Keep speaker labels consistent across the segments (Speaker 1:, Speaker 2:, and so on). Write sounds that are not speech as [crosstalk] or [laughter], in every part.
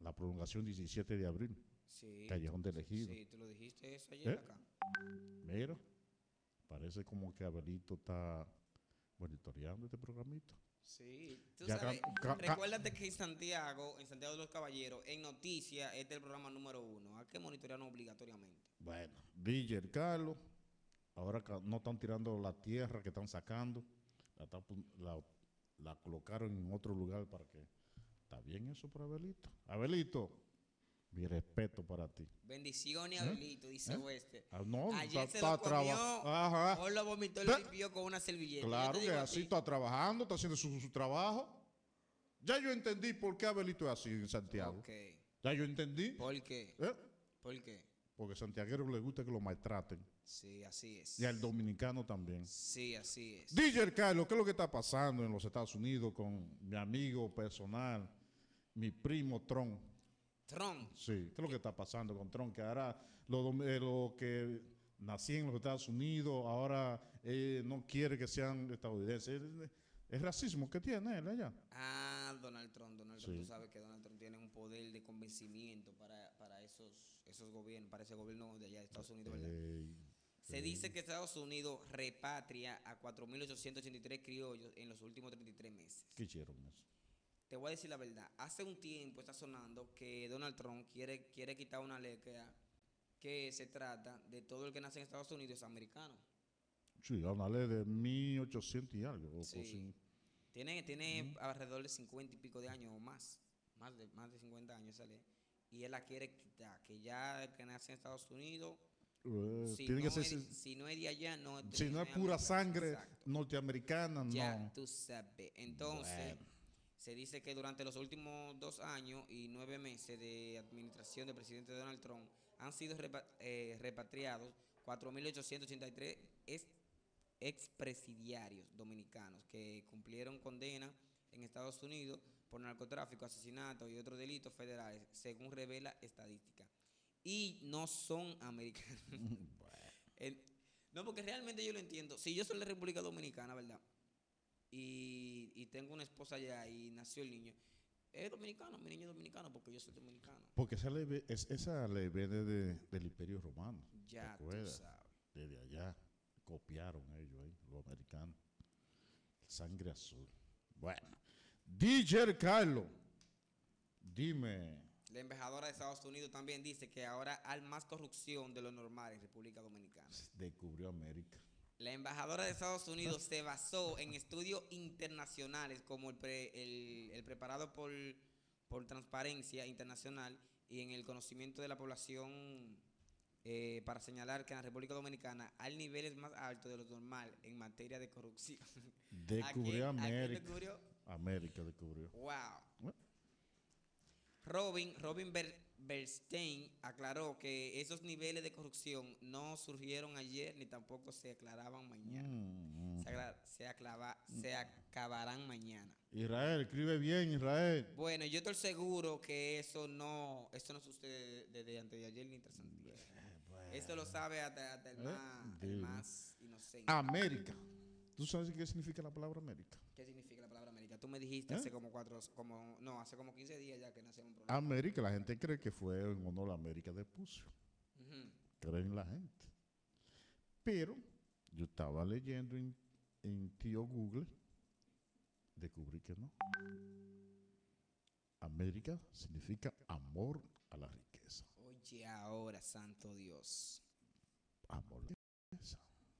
Speaker 1: la prolongación 17 de abril,
Speaker 2: Sí.
Speaker 1: Callejón del Ejido.
Speaker 2: Sí, tú lo dijiste eso ayer
Speaker 1: ¿Eh?
Speaker 2: acá.
Speaker 1: Mira, parece como que Abelito está monitoreando este programito.
Speaker 2: Sí, tú
Speaker 1: Ya
Speaker 2: sabes.
Speaker 1: ca- ca- ca-
Speaker 2: Recuérdate que en Santiago, en Santiago de los Caballeros, en noticias, este es el programa número uno. Hay que monitorearnos obligatoriamente.
Speaker 1: Bueno, DJ Carlos, ahora ca- no están tirando la tierra que están sacando, la, están pu- la- la colocaron en otro lugar para que... Está bien eso para Abelito. Abelito, mi respeto para ti.
Speaker 2: Bendiciones, Abelito, dice
Speaker 1: ¿Eh?
Speaker 2: Oeste.
Speaker 1: Ah, no,
Speaker 2: ayer
Speaker 1: está-
Speaker 2: se lo
Speaker 1: está traba-
Speaker 2: comió,
Speaker 1: Ajá.
Speaker 2: o lo vomitó y lo
Speaker 1: Ta-
Speaker 2: limpió con una servilleta. Yo
Speaker 1: ¿Eh? Claro
Speaker 2: te
Speaker 1: que
Speaker 2: digo a
Speaker 1: así
Speaker 2: ti.
Speaker 1: está trabajando, está haciendo su, su trabajo. Ya yo entendí por qué Abelito es así en Santiago.
Speaker 2: Ok.
Speaker 1: Ya yo entendí.
Speaker 2: ¿Por qué?
Speaker 1: ¿Eh?
Speaker 2: ¿Por qué?
Speaker 1: Porque a santiaguero le gusta que lo maltraten.
Speaker 2: Sí, así es.
Speaker 1: Y al dominicano también.
Speaker 2: Sí, así es.
Speaker 1: DJ Carlos, ¿qué es lo que está pasando en los Estados Unidos con mi amigo personal, mi primo Tron?
Speaker 2: Trump.
Speaker 1: Sí, ¿qué es lo que está pasando con Tron? Que ahora lo, dom- eh, lo que nací en los Estados Unidos, ahora eh, no quiere que sean estadounidenses. Es, es racismo que tiene él allá.
Speaker 2: Ah, Donald Trump, Donald Trump,
Speaker 1: Sí.
Speaker 2: tú sabes que Donald Trump tiene un poder de convencimiento para, para esos, esos gobiernos, para ese gobierno de allá de Estados Unidos, ¿verdad?
Speaker 1: Eh,
Speaker 2: Se dice que Estados Unidos repatria a 4.883 criollos en los últimos 33 meses.
Speaker 1: ¿Qué hicieron eso?
Speaker 2: Te voy a decir la verdad. Hace un tiempo está sonando que Donald Trump quiere, quiere quitar una ley que, que se trata de todo el que nace en Estados Unidos es americano.
Speaker 1: Sí, una ley de 1800 y algo. o
Speaker 2: Sí.
Speaker 1: cosas.
Speaker 2: Tiene, tiene alrededor de 50 y pico de años o más, más de, más de 50 años sale. Y él la quiere quitar, que ya el que nace en Estados Unidos,
Speaker 1: Eh,
Speaker 2: si,
Speaker 1: tiene
Speaker 2: no
Speaker 1: que ser-
Speaker 2: es, si no es de allá, no es de-
Speaker 1: Si no es
Speaker 2: americano.
Speaker 1: pura sangre
Speaker 2: Exacto.
Speaker 1: norteamericana,
Speaker 2: Ya [laughs]
Speaker 1: no.
Speaker 2: tú sabes. Entonces, se dice que durante los últimos dos años y nueve meses de administración del presidente Donald Trump han sido repa- eh, repatriados 4.883 ex- expresidiarios dominicanos que cumplieron condena en Estados Unidos por narcotráfico, asesinato y otros delitos federales, según revela estadística. Y no son [laughs] americanos. El- no, porque realmente yo lo entiendo. Si yo soy de la República Dominicana, ¿verdad? Y, y tengo una esposa allá y nació el niño. Es dominicano, mi niño es dominicano porque yo soy dominicano.
Speaker 1: [laughs] Porque esa ley, ve- es- esa ley viene de- del Imperio Romano.
Speaker 2: Ya
Speaker 1: ¿te
Speaker 2: tú
Speaker 1: acuerdas?
Speaker 2: sabes.
Speaker 1: Desde allá copiaron ellos ahí, los americanos. Sangre azul. Bueno, DJ Carlos, dime.
Speaker 2: La embajadora de Estados Unidos también dice que ahora hay más corrupción de lo normal en República Dominicana.
Speaker 1: Descubrió América.
Speaker 2: La embajadora de Estados
Speaker 1: Pues
Speaker 2: Unidos se basó en estudios internacionales como el, pre- el- el preparado por, por Transparencia Internacional y en el conocimiento de la población eh, para señalar que en la República Dominicana hay niveles más altos de lo normal en materia de corrupción. ¿A quién-
Speaker 1: [laughs] Descubrió
Speaker 2: a quién
Speaker 1: América.
Speaker 2: descubrió?
Speaker 1: América descubrió.
Speaker 2: Wow.
Speaker 1: Bueno,
Speaker 2: Robin, Robin Ber- Berstein aclaró que esos niveles de corrupción no surgieron ayer ni tampoco se aclaraban mañana.
Speaker 1: Mm,
Speaker 2: Se, acla- se aclava- se acabarán mañana.
Speaker 1: Israel, escribe bien, Israel.
Speaker 2: Bueno, yo estoy seguro que eso no, eso no sucede desde antes de ayer ni tras antier. Eso lo sabe hasta, hasta el,
Speaker 1: Eh,
Speaker 2: más, el
Speaker 1: dime.
Speaker 2: más inocente.
Speaker 1: Ah. América. ¿Tú sabes qué significa la palabra América?
Speaker 2: ¿Qué significa la palabra América? Tú me dijiste
Speaker 1: ¿Eh? Ah.
Speaker 2: hace como cuatro, como, no, hace como 15 días ya que nació un problema.
Speaker 1: América, la gente cree que fue en honor a América de Pucio. Creen la gente. Pero yo estaba leyendo en, en tío Google, descubrí que no. América significa amor a la riqueza.
Speaker 2: Oye, ahora, santo Dios.
Speaker 1: Amor a la riqueza.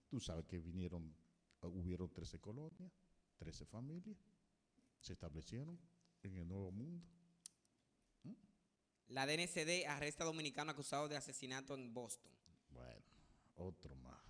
Speaker 1: Tú sabes que vinieron, eh, hubieron 13 colonias, 13 familias, se establecieron en el Nuevo Mundo.
Speaker 2: La DNCD arresta a dominicano acusado de asesinato en Boston.
Speaker 1: Bueno, otro más.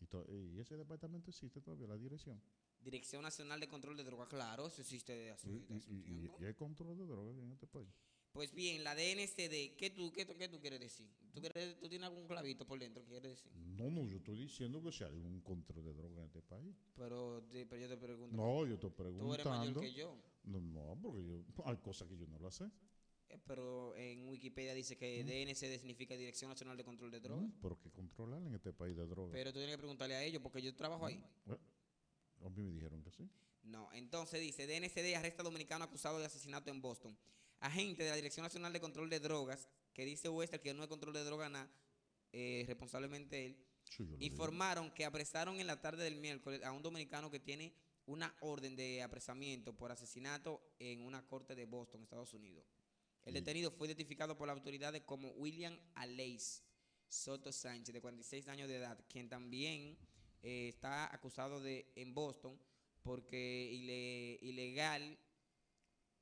Speaker 1: Y, to- y ese departamento existe todavía, la dirección.
Speaker 2: Dirección Nacional de Control de Drogas, claro, eso existe desde hace,
Speaker 1: Y,
Speaker 2: desde hace un
Speaker 1: y- y-
Speaker 2: tiempo.
Speaker 1: y hay control de drogas en este país.
Speaker 2: Pues bien, la DNCD, ¿qué tú, qué, tú- qué tú quieres decir? ¿Tú, quieres, ¿Tú tienes algún clavito por dentro que quieres decir?
Speaker 1: No, no, yo estoy diciendo que si hay un control de drogas en este país.
Speaker 2: Pero, te- pero yo te pregunto,
Speaker 1: No, yo estoy
Speaker 2: tú
Speaker 1: preguntando.
Speaker 2: eres mayor que yo,
Speaker 1: No, no, porque yo, hay cosas que yo no las sé.
Speaker 2: Eh, pero en Wikipedia dice que DNCD significa Dirección Nacional de Control de Drogas.
Speaker 1: Mm, Pero que controlan en este país de drogas.
Speaker 2: Pero tú tienes que preguntarle a ellos porque yo trabajo ahí.
Speaker 1: Bueno, a mí me dijeron que sí.
Speaker 2: No, entonces dice, DNCD arresta a dominicano acusado de asesinato en Boston. agente de la Dirección Nacional de Control de Drogas, que dice Wester que no hay control de drogas nada, eh, responsablemente él,
Speaker 1: Sí, yo lo leí.
Speaker 2: informaron que apresaron en la tarde del miércoles a un dominicano que tiene una orden de apresamiento por asesinato en una corte de Boston, Estados Unidos. El
Speaker 1: Sí.
Speaker 2: detenido fue identificado por las autoridades como William Aleix Soto Sánchez, de 46 años de edad, quien también eh, está acusado de en Boston porque ile- ilegal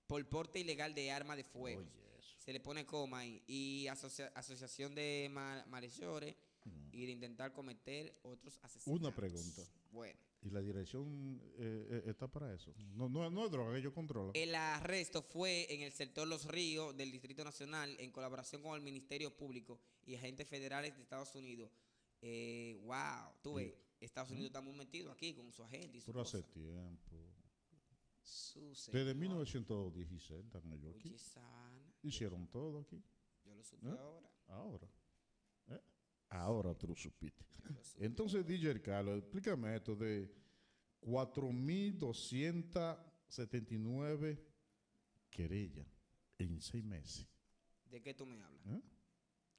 Speaker 2: por porte ilegal de arma de fuego.
Speaker 1: Oye, eso.
Speaker 2: Se le pone coma ahí y asocia- asociación de ma- malhechores
Speaker 1: Mm.
Speaker 2: y de intentar cometer otros asesinatos.
Speaker 1: Una pregunta.
Speaker 2: Bueno,
Speaker 1: ¿Y la dirección eh, eh, está para eso? No, no, no es droga que ellos controlan.
Speaker 2: el arresto fue en el sector Los Ríos del Distrito Nacional en colaboración con el Ministerio Público y agentes federales de Estados Unidos. Eh, wow, tú ves, Estados Unidos está muy metido aquí con su agente y su
Speaker 1: Pero
Speaker 2: cosa.
Speaker 1: hace tiempo.
Speaker 2: Su
Speaker 1: Desde
Speaker 2: señor.
Speaker 1: 1916 están ellos
Speaker 2: Oye,
Speaker 1: aquí.
Speaker 2: esa vaina,
Speaker 1: Hicieron todo aquí.
Speaker 2: Yo lo supe
Speaker 1: ¿Eh?
Speaker 2: ahora.
Speaker 1: Ahora. ¿Eh? Ahora tú lo supiste.
Speaker 2: yo lo supe
Speaker 1: Entonces, DJ Carlos, explícame esto de 4.279 querellas en seis meses.
Speaker 2: ¿De qué tú me hablas?
Speaker 1: ¿Eh?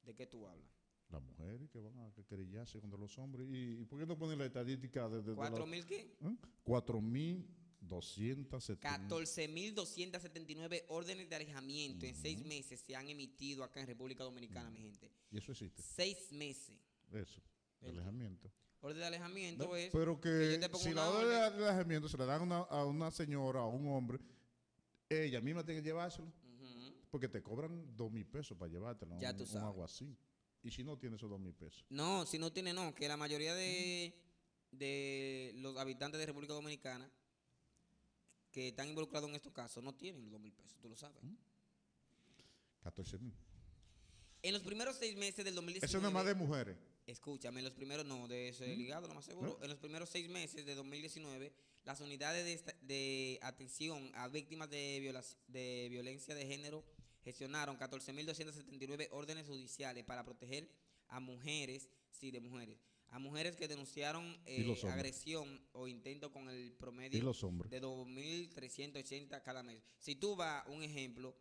Speaker 2: ¿De qué tú hablas?
Speaker 1: Las mujeres que van a querellarse contra los hombres. ¿Y, y por qué no ponen la estadística de, de- de la-
Speaker 2: ¿Cuatro mil qué?
Speaker 1: ¿Eh? 4.279.
Speaker 2: 14.279 órdenes de alejamiento en seis meses se han emitido acá en República Dominicana, mi gente.
Speaker 1: Y eso existe.
Speaker 2: Seis meses.
Speaker 1: Eso.
Speaker 2: El qué?
Speaker 1: alejamiento.
Speaker 2: Orden de alejamiento
Speaker 1: ¿Ve?
Speaker 2: es.
Speaker 1: Pero que
Speaker 2: yo te pongo
Speaker 1: si
Speaker 2: una
Speaker 1: la orden de
Speaker 2: orden.
Speaker 1: alejamiento se la dan a una, a una señora, a un hombre, ella misma tiene que llevárselo.
Speaker 2: Ujú.
Speaker 1: Porque te cobran dos mil pesos para llevártelo.
Speaker 2: Ya
Speaker 1: un,
Speaker 2: tú
Speaker 1: un
Speaker 2: sabes.
Speaker 1: alguacil. Y si no tienes esos dos mil pesos.
Speaker 2: No, si no tiene, no. Que la mayoría de, de los habitantes de República Dominicana que están involucrados en estos casos no tienen los dos mil pesos, tú lo sabes.
Speaker 1: 14 mil.
Speaker 2: En los primeros seis meses del 2019.
Speaker 1: Eso nada más de mujeres.
Speaker 2: Escúchame, en los primeros, no, de eso es ligado, lo más seguro. En los primeros seis meses de 2019, las unidades de, esta- de atención a víctimas de, violac- de violencia de género gestionaron 14.279 órdenes judiciales para proteger a mujeres, sí, de mujeres, a mujeres que denunciaron
Speaker 1: Y los
Speaker 2: eh,
Speaker 1: hombres.
Speaker 2: agresión o intento con el
Speaker 1: Y
Speaker 2: promedio
Speaker 1: los hombres.
Speaker 2: de 2.380 cada mes. Si tú vas, un ejemplo,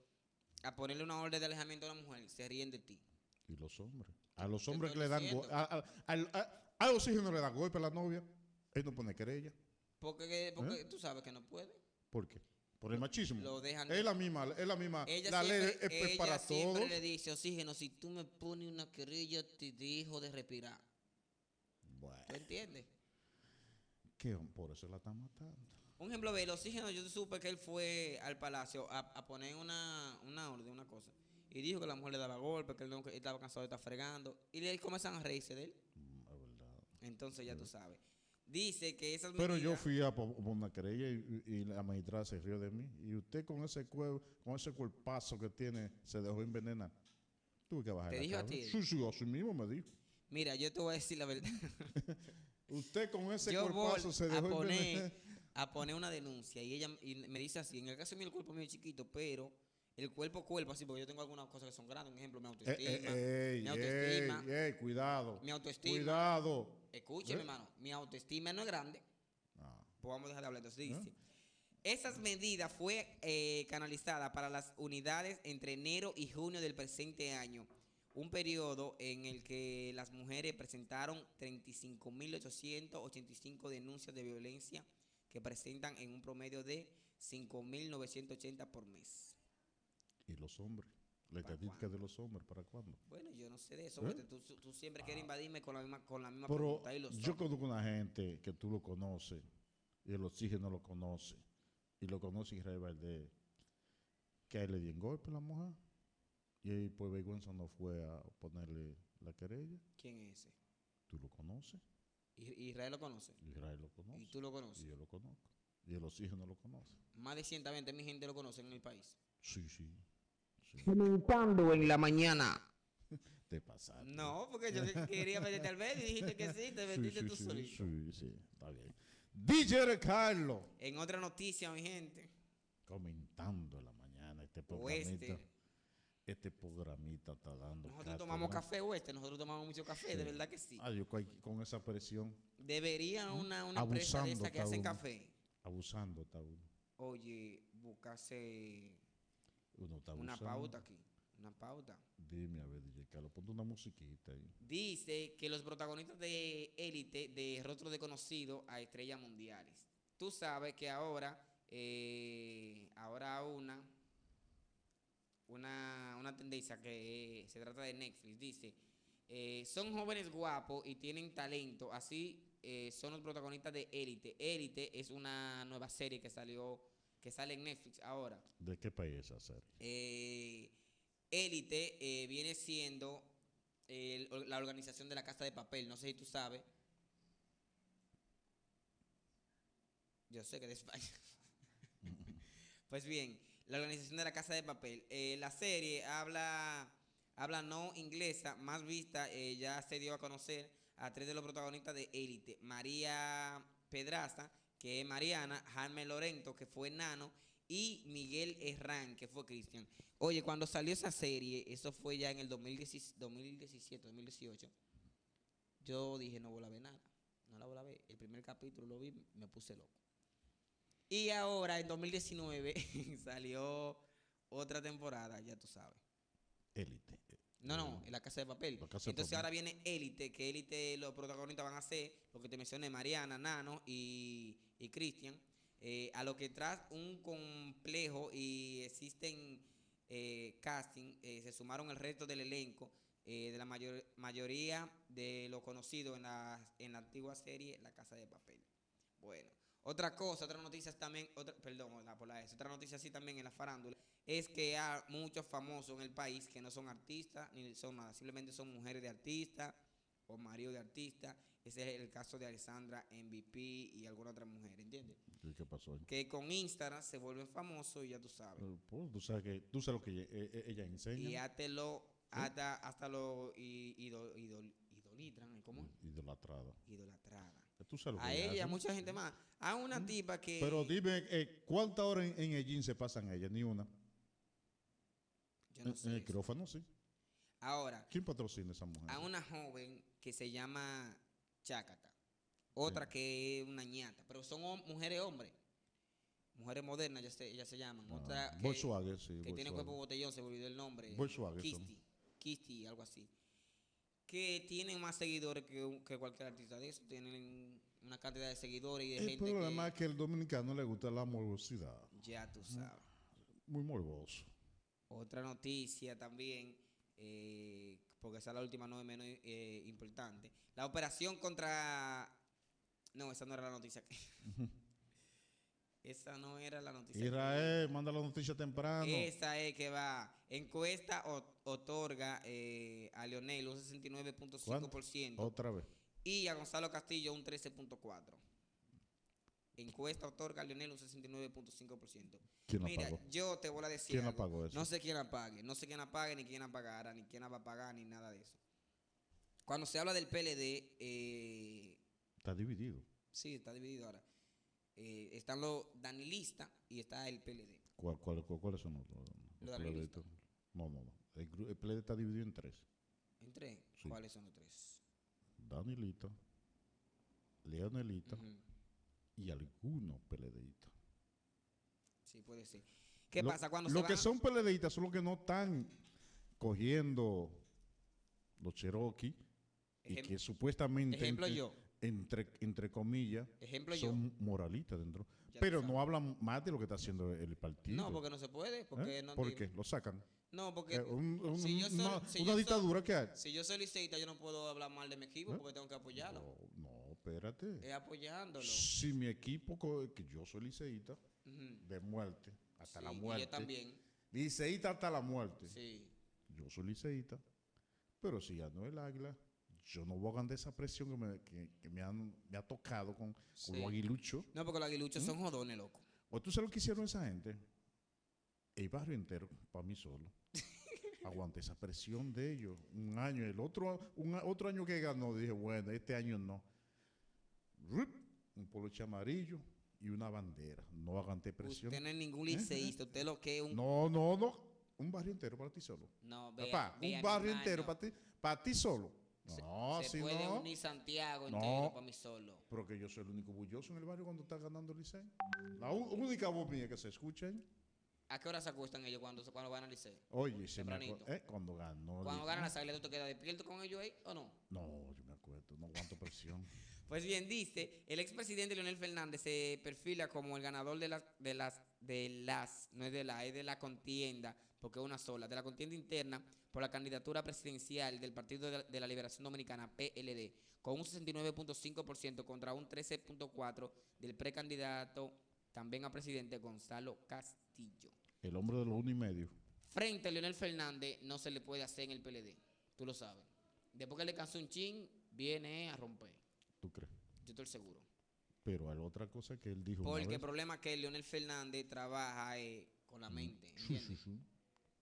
Speaker 2: a ponerle una orden de alejamiento a una mujer, se ríen de ti.
Speaker 1: Y los hombres. A los
Speaker 2: te
Speaker 1: hombres que
Speaker 2: estoy
Speaker 1: le dan
Speaker 2: diciendo.
Speaker 1: golpe. Al a- al oxígeno le dan golpe a la novia. Él no pone querella.
Speaker 2: Porque, porque
Speaker 1: ¿Eh?
Speaker 2: tú sabes que no puede.
Speaker 1: ¿Por qué? Por el machismo.
Speaker 2: lo dejan.
Speaker 1: Mm. Es la misma, es la misma.
Speaker 2: ella
Speaker 1: la ley
Speaker 2: siempre,
Speaker 1: es- es
Speaker 2: ella
Speaker 1: para
Speaker 2: siempre
Speaker 1: todos.
Speaker 2: le dice, oxígeno, si tú me pones una querella, te dejo de respirar.
Speaker 1: Bueno,
Speaker 2: ¿Tú entiendes?
Speaker 1: ¿qué? por eso la están matando.
Speaker 2: Un ejemplo de él, oxígeno, yo supe que él fue al palacio a, a poner una, una orden, una cosa. Y dijo que la mujer le daba golpes, que él no- que estaba cansado de estar fregando. Y le comienzan a reírse de él.
Speaker 1: Mm, es verdad.
Speaker 2: Entonces ya tú sabes. Dice que esas
Speaker 1: Mm. Pero yo
Speaker 2: medidas-
Speaker 1: fui a po- por una querella y, y la magistrada se rió de mí. Y usted con ese cuerpo, con ese cuerpazo que tiene, se dejó envenenar. Tuve que bajar.
Speaker 2: ¿Te
Speaker 1: la
Speaker 2: dijo a
Speaker 1: cabeza.
Speaker 2: ti?
Speaker 1: Sí, sí, así mismo me dijo.
Speaker 2: Mira, yo te voy a decir la verdad.
Speaker 1: Usted con ese
Speaker 2: yo voy
Speaker 1: cuerpazo se
Speaker 2: a
Speaker 1: dejó
Speaker 2: poner,
Speaker 1: envenenar.
Speaker 2: a poner una denuncia y ella y me dice así, en el caso mío el cuerpo es medio chiquito, pero el cuerpo cuerpo así, porque yo tengo algunas cosas que son grandes, un ejemplo, mi
Speaker 1: Eh,
Speaker 2: autoestima,
Speaker 1: eh, ey,
Speaker 2: mi
Speaker 1: ey,
Speaker 2: autoestima,
Speaker 1: ey, cuidado.
Speaker 2: mi autoestima,
Speaker 1: Cuidado.
Speaker 2: escúcheme
Speaker 1: ¿Eh?
Speaker 2: hermano, mi autoestima no es grande,
Speaker 1: Ah,
Speaker 2: pues vamos a dejar de hablar, entonces
Speaker 1: ¿Eh?
Speaker 2: dice, esas medidas fue eh, canalizada para las unidades entre enero y junio del presente año, un periodo en el que las mujeres presentaron 35.885 denuncias de violencia que presentan en un promedio de 5.980 por mes.
Speaker 1: y los hombres. La
Speaker 2: ¿Para
Speaker 1: estadística de los hombres, ¿para cuándo?
Speaker 2: Bueno, yo no sé de eso,
Speaker 1: ¿Eh?
Speaker 2: porque tú, tú siempre quieres invadirme con la misma, con la misma
Speaker 1: Pero
Speaker 2: pregunta y lo
Speaker 1: yo
Speaker 2: sabes.
Speaker 1: conozco una gente que tú lo conoces y el oxígeno lo conoce y lo conoce Israel Valdés que a él le dieron golpe a la mujer y él por vergüenza no fue a ponerle la querella.
Speaker 2: ¿Quién es ese?
Speaker 1: Tú lo conoces,
Speaker 2: I- Israel lo conoce.
Speaker 1: Israel lo conoce
Speaker 2: Y tú lo
Speaker 1: y
Speaker 2: conoces.
Speaker 1: yo lo conozco y el oxígeno lo conoce.
Speaker 2: Más de 120 mi gente lo conoce en el país.
Speaker 1: Sí, sí, sí.
Speaker 2: Comentando en la mañana.
Speaker 1: Te pasaste.
Speaker 2: No, porque yo quería meterte al medio y dijiste que sí, te
Speaker 1: Sí,
Speaker 2: metiste
Speaker 1: sí,
Speaker 2: tú
Speaker 1: sí,
Speaker 2: solito.
Speaker 1: sí, sí, está bien. DJ Carlos
Speaker 2: En otra noticia, mi gente,
Speaker 1: comentando en la mañana este programita.
Speaker 2: Oeste,
Speaker 1: Este programita está dando.
Speaker 2: nosotros
Speaker 1: cátedra.
Speaker 2: tomamos café Oeste, nosotros tomamos mucho café, de
Speaker 1: Sí.
Speaker 2: verdad que sí.
Speaker 1: Ah, yo con, con esa presión,
Speaker 2: Debería una, una empresa de
Speaker 1: Abusando
Speaker 2: esas que
Speaker 1: cada
Speaker 2: hacen
Speaker 1: uno.
Speaker 2: café,
Speaker 1: abusando está uno.
Speaker 2: oye, buscarse
Speaker 1: Uno está
Speaker 2: Una
Speaker 1: abusando.
Speaker 2: pauta aquí. Una pauta.
Speaker 1: Dime, a ver, DJ Carlos, ponte una musiquita ahí.
Speaker 2: Dice que los protagonistas de élite de rostro desconocido a estrellas mundiales. Tú sabes que ahora, eh, ahora una, una, una tendencia que eh, se trata de Netflix, dice, eh, son jóvenes guapos y tienen talento, así eh, son los protagonistas de élite. Élite es una nueva serie que salió, que sale en Netflix ahora.
Speaker 1: ¿De qué país es hacer?
Speaker 2: Eh, Élite eh, viene siendo eh, el- o- la organización de la Casa de Papel. No sé si tú sabes. Yo sé que de [laughs] España. pues bien, la organización de la Casa de Papel. Eh, la serie habla, habla no inglesa, más vista, eh, ya se dio a conocer a tres de los protagonistas de Élite. María Pedraza, que es Mariana, Jaime Lorento, que fue Nano, y Miguel Herrán, que fue Cristian. Oye, cuando salió esa serie, eso fue ya en el 2017, 2017, 2018, yo dije, no voy a ver nada, no la voy a ver. El primer capítulo lo vi, me puse loco. Y ahora, en 2019, [laughs] salió otra temporada, ya tú sabes.
Speaker 1: Élite.
Speaker 2: No, no,
Speaker 1: Mm.
Speaker 2: en la casa de papel.
Speaker 1: La Casa de
Speaker 2: Entonces
Speaker 1: Papel.
Speaker 2: ahora viene Élite, que Élite los protagonistas van a ser, lo que te mencioné, Mariana, Nano y, y Cristian, eh, a lo que tras un complejo y existen eh, casting, eh, se sumaron el resto del elenco eh, de la mayor- mayoría de lo conocido en la, en la antigua serie La Casa de Papel. Bueno, otra cosa, otra noticia también, otra, perdón, la- por la S, otra noticia así también en la farándula es que hay muchos famosos en el país que no son artistas ni son nada, simplemente son mujeres de artistas o marido de artistas. Ese es el caso de Alessandra, MVP y alguna otra mujer, ¿entiendes?
Speaker 1: ¿Y qué pasó ahí?
Speaker 2: Que con Instagram se vuelven famosos y ya tú sabes.
Speaker 1: Eh, pues, tú sabes que tú sabes lo que ella, eh, eh, ella enseña.
Speaker 2: Y hasta lo, hasta, hasta lo i- idol- idol- idolitran, ¿eh? ¿cómo? es?
Speaker 1: Idolatrada.
Speaker 2: Idolatrada.
Speaker 1: Eh, Tú sabes lo que
Speaker 2: A ella,
Speaker 1: hace.
Speaker 2: a mucha gente más. A una tipa que...
Speaker 1: Pero dime, eh, ¿cuántas horas en, en el gym se pasan ellas? Ni una.
Speaker 2: yo
Speaker 1: En-
Speaker 2: no
Speaker 1: en,
Speaker 2: sé
Speaker 1: el
Speaker 2: eso.
Speaker 1: quirófano, sí.
Speaker 2: Ahora,
Speaker 1: ¿Quién patrocina a esa mujer?
Speaker 2: a una joven que se llama Chácata. Otra
Speaker 1: Sí.
Speaker 2: que es una ñata. Pero son hom- mujeres hombres. Mujeres modernas, ya se, ellas se llaman.
Speaker 1: Ah,
Speaker 2: Otra que,
Speaker 1: Volkswagen, sí.
Speaker 2: que tiene
Speaker 1: Volkswagen.
Speaker 2: cuerpo botellón, se me olvidó el nombre.
Speaker 1: Volkswagen son.
Speaker 2: Kisti. Kisti, algo así. Que tienen más seguidores que, un- que cualquier artista de eso. Tienen una cantidad de seguidores y de
Speaker 1: El
Speaker 2: gente
Speaker 1: problema es
Speaker 2: que...
Speaker 1: que al dominicano le gusta la morbosidad.
Speaker 2: Ya tú sabes.
Speaker 1: Muy morboso.
Speaker 2: Otra noticia también, eh, porque esa es la última, no es menos eh, importante. La operación contra... No, esa no era la
Speaker 1: [laughs]
Speaker 2: noticia. esa no era la noticia. que
Speaker 1: Israel, manda la noticia temprano.
Speaker 2: esa es que va. Encuesta o- otorga eh, a Leonel un 69.5%
Speaker 1: Otra vez.
Speaker 2: y a Gonzalo Castillo un 13.4%. Encuesta otorga a Leonel un 69.5%.
Speaker 1: ¿Quién la
Speaker 2: Mira,
Speaker 1: pagó?
Speaker 2: yo te voy a decir.
Speaker 1: ¿Quién la
Speaker 2: algo.
Speaker 1: pagó eso?
Speaker 2: No sé quién la pague. No sé quién la pague, ni quién la pagará, ni quién la va a pagar, ni nada de eso. Cuando se habla del PLD, eh,
Speaker 1: Está dividido.
Speaker 2: sí, está dividido ahora. Eh, están los danilistas y está el PLD.
Speaker 1: ¿Cuál, cuál, cuál, ¿Cuáles son los, los-
Speaker 2: Lo
Speaker 1: los
Speaker 2: de la
Speaker 1: PLD?
Speaker 2: lista.
Speaker 1: No, no, no. El, gru- el PLD está dividido en tres.
Speaker 2: ¿En tres?
Speaker 1: Sí.
Speaker 2: ¿Cuáles son los tres?
Speaker 1: Danilita, Leonelita
Speaker 2: Ujú.
Speaker 1: y algunos PLDistas.
Speaker 2: Sí, puede ser. ¿Qué
Speaker 1: Lo-
Speaker 2: pasa cuando
Speaker 1: Los
Speaker 2: se
Speaker 1: que
Speaker 2: van-
Speaker 1: son PLDistas son los que no están cogiendo los Cherokee y
Speaker 2: Ejem-
Speaker 1: que supuestamente,
Speaker 2: ejemplo
Speaker 1: en-
Speaker 2: yo.
Speaker 1: entre, entre comillas,
Speaker 2: Ejemplo yo.
Speaker 1: son moralistas dentro.
Speaker 2: Ya tú
Speaker 1: Pero
Speaker 2: sabes.
Speaker 1: no hablan más de lo que está haciendo el partido.
Speaker 2: No, porque no se puede. Porque
Speaker 1: ¿Eh?
Speaker 2: no
Speaker 1: ¿Por
Speaker 2: di-
Speaker 1: qué? Lo sacan.
Speaker 2: No, porque
Speaker 1: Eh, un- un-
Speaker 2: si yo soy-
Speaker 1: una
Speaker 2: si
Speaker 1: una
Speaker 2: yo soy-
Speaker 1: dictadura que hay.
Speaker 2: si yo soy liceísta, yo no puedo hablar mal de mi equipo
Speaker 1: ¿Eh?
Speaker 2: porque tengo que apoyarlo.
Speaker 1: No, no, espérate.
Speaker 2: Es apoyándolo.
Speaker 1: Si mi equipo, co- que yo soy liceísta,
Speaker 2: Ujú.
Speaker 1: de muerte, hasta la
Speaker 2: Sí, y
Speaker 1: muerte.
Speaker 2: Yo también.
Speaker 1: Liceísta hasta la muerte.
Speaker 2: Sí.
Speaker 1: Yo soy liceísta, pero si ya no el águila, yo no voy a ganar esa presión que me, que, que me, han, me ha tocado con, con
Speaker 2: Sí.
Speaker 1: los aguiluchos.
Speaker 2: No, porque los aguiluchos
Speaker 1: ¿Mm?
Speaker 2: son jodones, loco.
Speaker 1: ¿O Pues tú sabes lo que hicieron esa gente? El barrio entero, para mí
Speaker 2: [laughs]
Speaker 1: solo. Aguanté esa presión de ellos. Un año, el otro, un, a- otro año que ganó, dije, bueno, este año no. Rup, Un poloche amarillo y una bandera. No aguanté presión.
Speaker 2: Usted no es ningún liceísta. Usted lo que es un.
Speaker 1: No, no, no. Un barrio entero para ti solo.
Speaker 2: No, vea,
Speaker 1: Papá,
Speaker 2: vea,
Speaker 1: un barrio
Speaker 2: animal,
Speaker 1: entero
Speaker 2: no.
Speaker 1: para ti, para ti solo. No,
Speaker 2: Se
Speaker 1: si
Speaker 2: puede
Speaker 1: no.
Speaker 2: unir Santiago
Speaker 1: No.
Speaker 2: entero para mí solo.
Speaker 1: Porque yo soy el único bulloso en el barrio cuando está ganando el Licey. La u- única voz mía que se escucha ¿eh? ahí.
Speaker 2: ¿A qué hora se acuestan ellos cuando, cuando van al liceo?
Speaker 1: Oye, se me
Speaker 2: Tempranito.
Speaker 1: acu- eh, cuando ganó. el-
Speaker 2: Cuando ganan las águilas, ¿tú te quedas despierto con ellos ahí o no?
Speaker 1: No, yo me acuerdo, no aguanto presión.
Speaker 2: Pues bien, dice, el expresidente Leonel Fernández se perfila como el ganador de las, de las, de las, no es de la, es de la contienda, porque es una sola, de la contienda interna por la candidatura presidencial del Partido de la, de la Liberación Dominicana, PLD, con un 69.5% contra un 13.4% del precandidato también a presidente Gonzalo Castillo.
Speaker 1: El hombre de los uno y medio.
Speaker 2: Frente a Leonel Fernández no se le puede hacer en el PLD, tú lo sabes. Después que le cansó un chin, viene a romper,
Speaker 1: ¿Tú crees?
Speaker 2: yo estoy seguro.
Speaker 1: Pero hay otra cosa que él dijo. una
Speaker 2: Porque
Speaker 1: vez.
Speaker 2: el problema es que Leonel Fernández trabaja eh, con
Speaker 1: Mm. [laughs]
Speaker 2: la mente.
Speaker 1: Sí, sí,
Speaker 2: ¿entiendes?
Speaker 1: sí.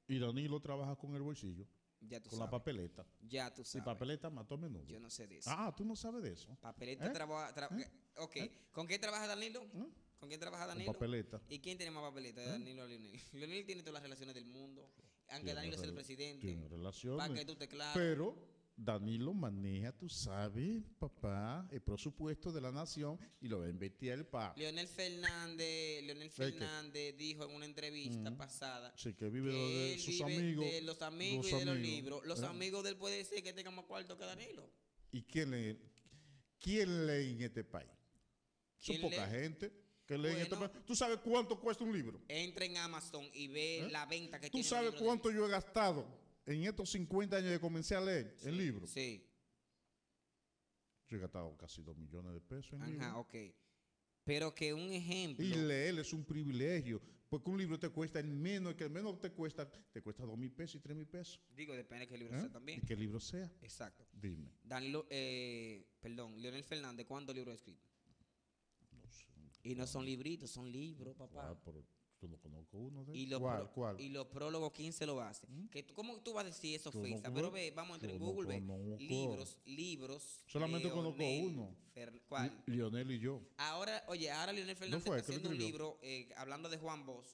Speaker 1: Y Danilo trabaja con el bolsillo,
Speaker 2: Ya tú
Speaker 1: con la
Speaker 2: sabes.
Speaker 1: papeleta.
Speaker 2: ya tú
Speaker 1: Si
Speaker 2: sabes.
Speaker 1: papeleta mató a menudo.
Speaker 2: Yo no sé de eso.
Speaker 1: Ah, tú no sabes de eso.
Speaker 2: Papeleta
Speaker 1: ¿Eh?
Speaker 2: trabaja. tra-
Speaker 1: ¿Eh?
Speaker 2: Ok. ¿Con qué trabaja Danilo?
Speaker 1: ¿Eh?
Speaker 2: ¿Con quién trabaja
Speaker 1: Con
Speaker 2: Danilo?
Speaker 1: papeleta.
Speaker 2: ¿Y quién tiene más papeleta de
Speaker 1: ¿Eh?
Speaker 2: Danilo a Leonel? [laughs] Leonel tiene todas las relaciones del mundo. Aunque
Speaker 1: Tiene
Speaker 2: Danilo es el
Speaker 1: rela- Tiene
Speaker 2: presidente. Para que
Speaker 1: relaciones.
Speaker 2: tú te clares.
Speaker 1: Pero Danilo maneja, tú sabes, papá, el presupuesto de la nación y lo va a invertir el PA.
Speaker 2: Leonel Fernández, Leonel
Speaker 1: qué?
Speaker 2: Fernández dijo en una entrevista
Speaker 1: Ujú.
Speaker 2: pasada
Speaker 1: Sí, que Mm. vive
Speaker 2: que
Speaker 1: de
Speaker 2: él
Speaker 1: sus
Speaker 2: vive
Speaker 1: amigos.
Speaker 2: de los amigos
Speaker 1: los
Speaker 2: y de los
Speaker 1: amigos,
Speaker 2: libros. Los
Speaker 1: ¿eh?
Speaker 2: amigos de él puede ser que tengan más cuarto que Danilo.
Speaker 1: ¿Y quién lee, quién lee en este país? Son
Speaker 2: ¿Quién
Speaker 1: poca
Speaker 2: lee?
Speaker 1: gente que lee en este
Speaker 2: Bueno.
Speaker 1: país. ¿Tú sabes cuánto cuesta un libro?
Speaker 2: Entra en Amazon y ve
Speaker 1: ¿Eh?
Speaker 2: la venta que
Speaker 1: ¿Tú
Speaker 2: tiene. el
Speaker 1: sabes
Speaker 2: libro de
Speaker 1: cuánto yo he gastado en estos 50 años que comencé a leer el libro?
Speaker 2: él. Sí,
Speaker 1: Yo he gastado casi 2 millones de pesos en libros.
Speaker 2: ajá, ok. Pero que un ejemplo.
Speaker 1: Y leer es un privilegio, porque un libro te cuesta el menos, que el menos te cuesta, te cuesta 2 mil pesos y 3 mil pesos.
Speaker 2: digo, depende de qué libro
Speaker 1: ¿eh?
Speaker 2: sea
Speaker 1: Y
Speaker 2: también.
Speaker 1: qué libro sea,
Speaker 2: Exacto.
Speaker 1: dime.
Speaker 2: Danilo, eh, perdón, Leonel Fernández, ¿cuántos libros ha escrito?
Speaker 1: No sé.
Speaker 2: Y no son libritos, son libros, papá.
Speaker 1: Ah, pero yo no conozco uno de
Speaker 2: Y los,
Speaker 1: ¿Cuál?
Speaker 2: pro-
Speaker 1: ¿Cuál?
Speaker 2: y los prólogos, ¿quién se lo hace?
Speaker 1: ¿Mm?
Speaker 2: Que tú- ¿Cómo tú vas a decir eso,
Speaker 1: Yo no
Speaker 2: Feisa?
Speaker 1: conozco-
Speaker 2: Pero ve, vamos a entrar en
Speaker 1: yo no
Speaker 2: Google, ve.
Speaker 1: conozco.
Speaker 2: Libros, libros.
Speaker 1: Solamente conozco
Speaker 2: Leonel
Speaker 1: uno.
Speaker 2: Fer- ¿Cuál?
Speaker 1: Lionel y yo.
Speaker 2: Ahora, oye, ahora Leonel Fernández
Speaker 1: fue
Speaker 2: está
Speaker 1: él que lo
Speaker 2: haciendo un libro
Speaker 1: escribió?
Speaker 2: eh, hablando de Juan Bosch.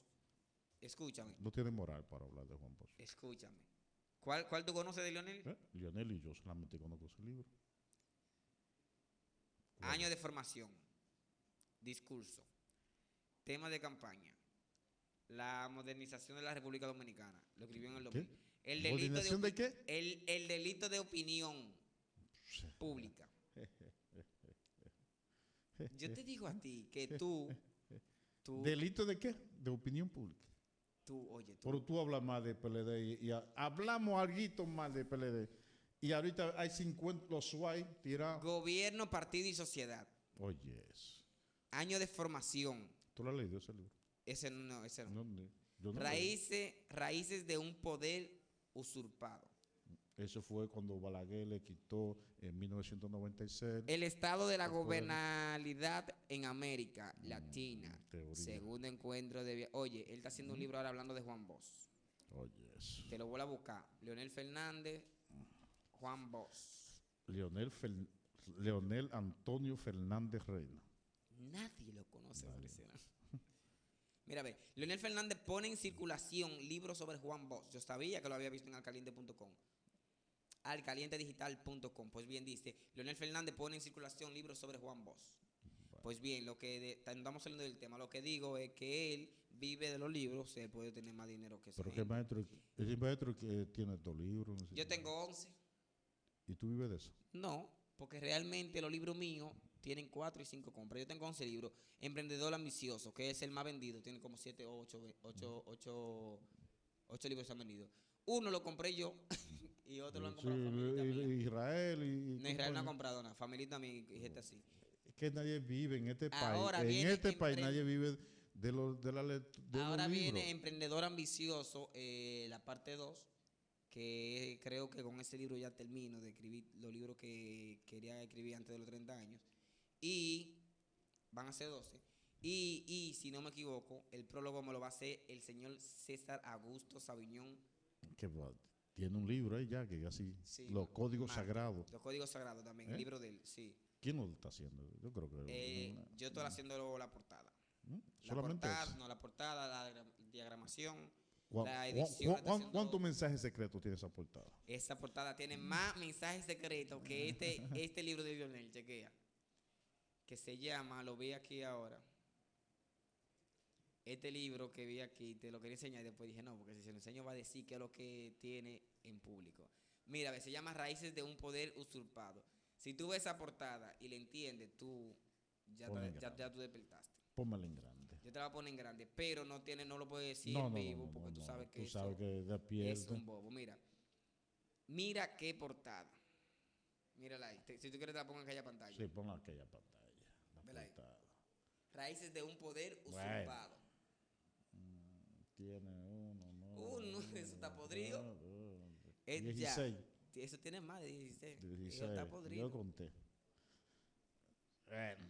Speaker 2: Escúchame.
Speaker 1: No tiene moral para hablar de Juan Bosch.
Speaker 2: Escúchame. ¿Cuál, ¿Cuál tú conoces de Lionel?
Speaker 1: ¿Eh? Lionel y yo solamente conozco ese libro. ¿Cuál?
Speaker 2: Año de formación. Discurso. Tema de campaña. La modernización de la República Dominicana. Lo escribió en el
Speaker 1: ¿Qué?
Speaker 2: 2000. El delito de,
Speaker 1: ¿Coordinación de
Speaker 2: opi-
Speaker 1: qué?
Speaker 2: el, el delito de opinión
Speaker 1: Sí. [laughs]
Speaker 2: pública. Yo te digo a ti que tú, tú,
Speaker 1: ¿Delito de qué? De opinión pública.
Speaker 2: tú, oye, tú,
Speaker 1: Pero tú hablas más de PLD y, y ha- hablamos algo más de PLD. Y ahorita hay 50 los SWAY tirados.
Speaker 2: gobierno, partido y sociedad.
Speaker 1: Oye, eso.
Speaker 2: Año de formación.
Speaker 1: ¿Tú lo has leído ese libro?
Speaker 2: Ese no, ese no.
Speaker 1: No, ni- yo no lo leí.
Speaker 2: Raíces, raíces de un poder usurpado.
Speaker 1: Eso fue cuando Balaguer le quitó en 1996.
Speaker 2: El estado de la
Speaker 1: El poder.
Speaker 2: gobernalidad en América Latina.
Speaker 1: Mm, teoría.
Speaker 2: Segundo encuentro de... via- Oye, él está haciendo un libro ahora hablando de Juan Bosch.
Speaker 1: Oye, eso.
Speaker 2: Te lo voy a buscar. Leonel Fernández, Juan Bosch.
Speaker 1: Leonel, Fel- Leonel Antonio Fernández Reina.
Speaker 2: Nadie lo conoce.
Speaker 1: Nadie.
Speaker 2: impresionante. Mira, a ver, Leonel Fernández pone en circulación libros sobre Juan Bosch. Yo sabía que lo había visto en alcaliente.com. Alcalientedigital.com. Pues bien, dice, Leonel Fernández pone en circulación libros sobre Juan Bosch. Pues bien, lo que de- ta- estamos saliendo del tema, lo que digo es que él vive de los libros, él puede tener más dinero que esa
Speaker 1: Pero qué
Speaker 2: gente.
Speaker 1: maestro, ese maestro que tiene dos libros. no sé
Speaker 2: Yo
Speaker 1: qué.
Speaker 2: tengo 11.
Speaker 1: ¿Y tú vives de eso?
Speaker 2: No, porque realmente los libros míos tienen 4 y 5 compras. Yo tengo 11 libros. Emprendedor ambicioso, que es el más vendido, tiene como 7 o 8, libros que se han vendido. Uno lo compré yo [laughs] y otro lo han
Speaker 1: Sí,
Speaker 2: comprado. familita
Speaker 1: y-
Speaker 2: mía.
Speaker 1: y- Israel y. y
Speaker 2: No, Israel no ha
Speaker 1: compañía.
Speaker 2: comprado nada, familita mía y gente así.
Speaker 1: Es que nadie vive en este
Speaker 2: Ahora
Speaker 1: país. En
Speaker 2: viene
Speaker 1: este
Speaker 2: que
Speaker 1: país
Speaker 2: empre-
Speaker 1: nadie vive de, lo- de la lectura.
Speaker 2: Ahora viene Emprendedor Ambicioso, eh, la parte 2, que creo que con ese libro ya termino de escribir los libros que quería escribir antes de los 30 años. Y van a ser 12. Y, y si no me equivoco, el prólogo me lo va a hacer el señor César Augusto Sabiñón,
Speaker 1: tiene un libro ahí ya que así.
Speaker 2: Sí,
Speaker 1: los códigos
Speaker 2: Marco.
Speaker 1: sagrados.
Speaker 2: Los Códigos Sagrados también,
Speaker 1: ¿Eh?
Speaker 2: el libro de él, sí.
Speaker 1: ¿Quién lo está haciendo? Yo creo que.
Speaker 2: Eh,
Speaker 1: no, no,
Speaker 2: yo estoy haciendo la portada.
Speaker 1: ¿Mm?
Speaker 2: La
Speaker 1: Solamente
Speaker 2: portada,
Speaker 1: eso.
Speaker 2: no, la portada, la diagra- diagramación.
Speaker 1: ¿Cuá-
Speaker 2: la
Speaker 1: cuá-
Speaker 2: edición
Speaker 1: cuá-
Speaker 2: está haciendo-
Speaker 1: ¿Cuántos mensajes secretos tiene esa portada?
Speaker 2: Esa portada tiene más mensajes secretos que este, este libro de Lionel, chequea. Que se llama, lo vi aquí ahora. este libro que vi aquí, te lo quería enseñar y después dije, no, porque si se lo enseño va a decir qué es lo que tiene en público. Mira, ve, se llama Raíces de un Poder Usurpado. Si tú ves esa portada y le entiendes, tú ya,
Speaker 1: Ponla
Speaker 2: te-
Speaker 1: en
Speaker 2: ya-
Speaker 1: grande.
Speaker 2: ya tú despertaste.
Speaker 1: Pónmela en grande.
Speaker 2: Yo te la pongo en grande, pero no tiene, no lo puedo decir
Speaker 1: no,
Speaker 2: en
Speaker 1: no,
Speaker 2: vivo
Speaker 1: no, no,
Speaker 2: porque tú
Speaker 1: no,
Speaker 2: sabes que
Speaker 1: tú
Speaker 2: eso
Speaker 1: sabes que de
Speaker 2: es
Speaker 1: pierde.
Speaker 2: un bobo. Mira, mira qué portada. Mírala ahí. Te- si tú quieres te la pongo en aquella pantalla.
Speaker 1: Sí, ponla en aquella pantalla. la
Speaker 2: Vela ahí.
Speaker 1: portada.
Speaker 2: Raíces de un poder
Speaker 1: Bueno.
Speaker 2: usurpado.
Speaker 1: Mm, Tiene uno, no.
Speaker 2: Uno, [laughs] eso está podrido.
Speaker 1: no, no,
Speaker 2: Es ya.
Speaker 1: 16.
Speaker 2: Eso tiene más de 16. Eso
Speaker 1: 16.
Speaker 2: está
Speaker 1: Yo
Speaker 2: podrido.
Speaker 1: conté. Bueno,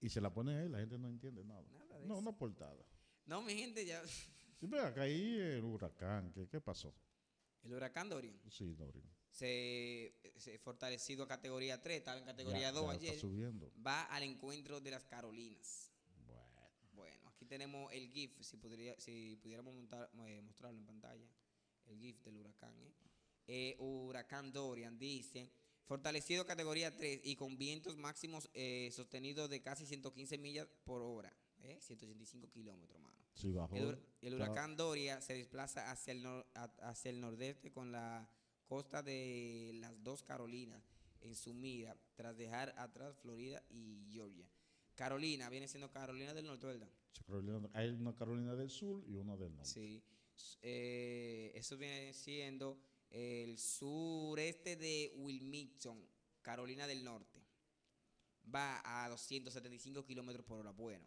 Speaker 1: y se la ponen ahí, la gente no entiende nada.
Speaker 2: Nada de
Speaker 1: no,
Speaker 2: eso.
Speaker 1: una portada.
Speaker 2: No, mi gente, ya.
Speaker 1: Y ve acá ahí el huracán, ¿qué, qué pasó?
Speaker 2: El huracán Dorian
Speaker 1: Sí, Dorin.
Speaker 2: se, se fortalecido a categoría 3, estaba en
Speaker 1: Ya-
Speaker 2: categoría
Speaker 1: ya
Speaker 2: 2
Speaker 1: Está
Speaker 2: ayer.
Speaker 1: subiendo.
Speaker 2: Va al encuentro de las Carolinas.
Speaker 1: Bueno,
Speaker 2: Bueno, aquí tenemos el GIF, si, podría, si pudiéramos montar, eh, mostrarlo en pantalla, el GIF del huracán. ¿eh? Eh, huracán Dorian dice, fortalecido categoría 3 y con vientos máximos eh, sostenidos de casi 115 millas por hora, ¿eh? 185 kilómetros, mano.
Speaker 1: sí bajó.
Speaker 2: El, hur- el
Speaker 1: Está-
Speaker 2: huracán Doria se desplaza hacia el, nor- a- hacia el nordeste con la costa de las dos Carolinas en su mira, tras dejar atrás Florida y Georgia. Carolina, viene siendo Carolina del Norte, ¿verdad?
Speaker 1: Carolina- hay una Carolina del Sur y una del Norte.
Speaker 2: Sí. S- eh, eso viene siendo el sureste de Wilmington, Carolina del Norte. Va a 275 kilómetros por hora. Bueno,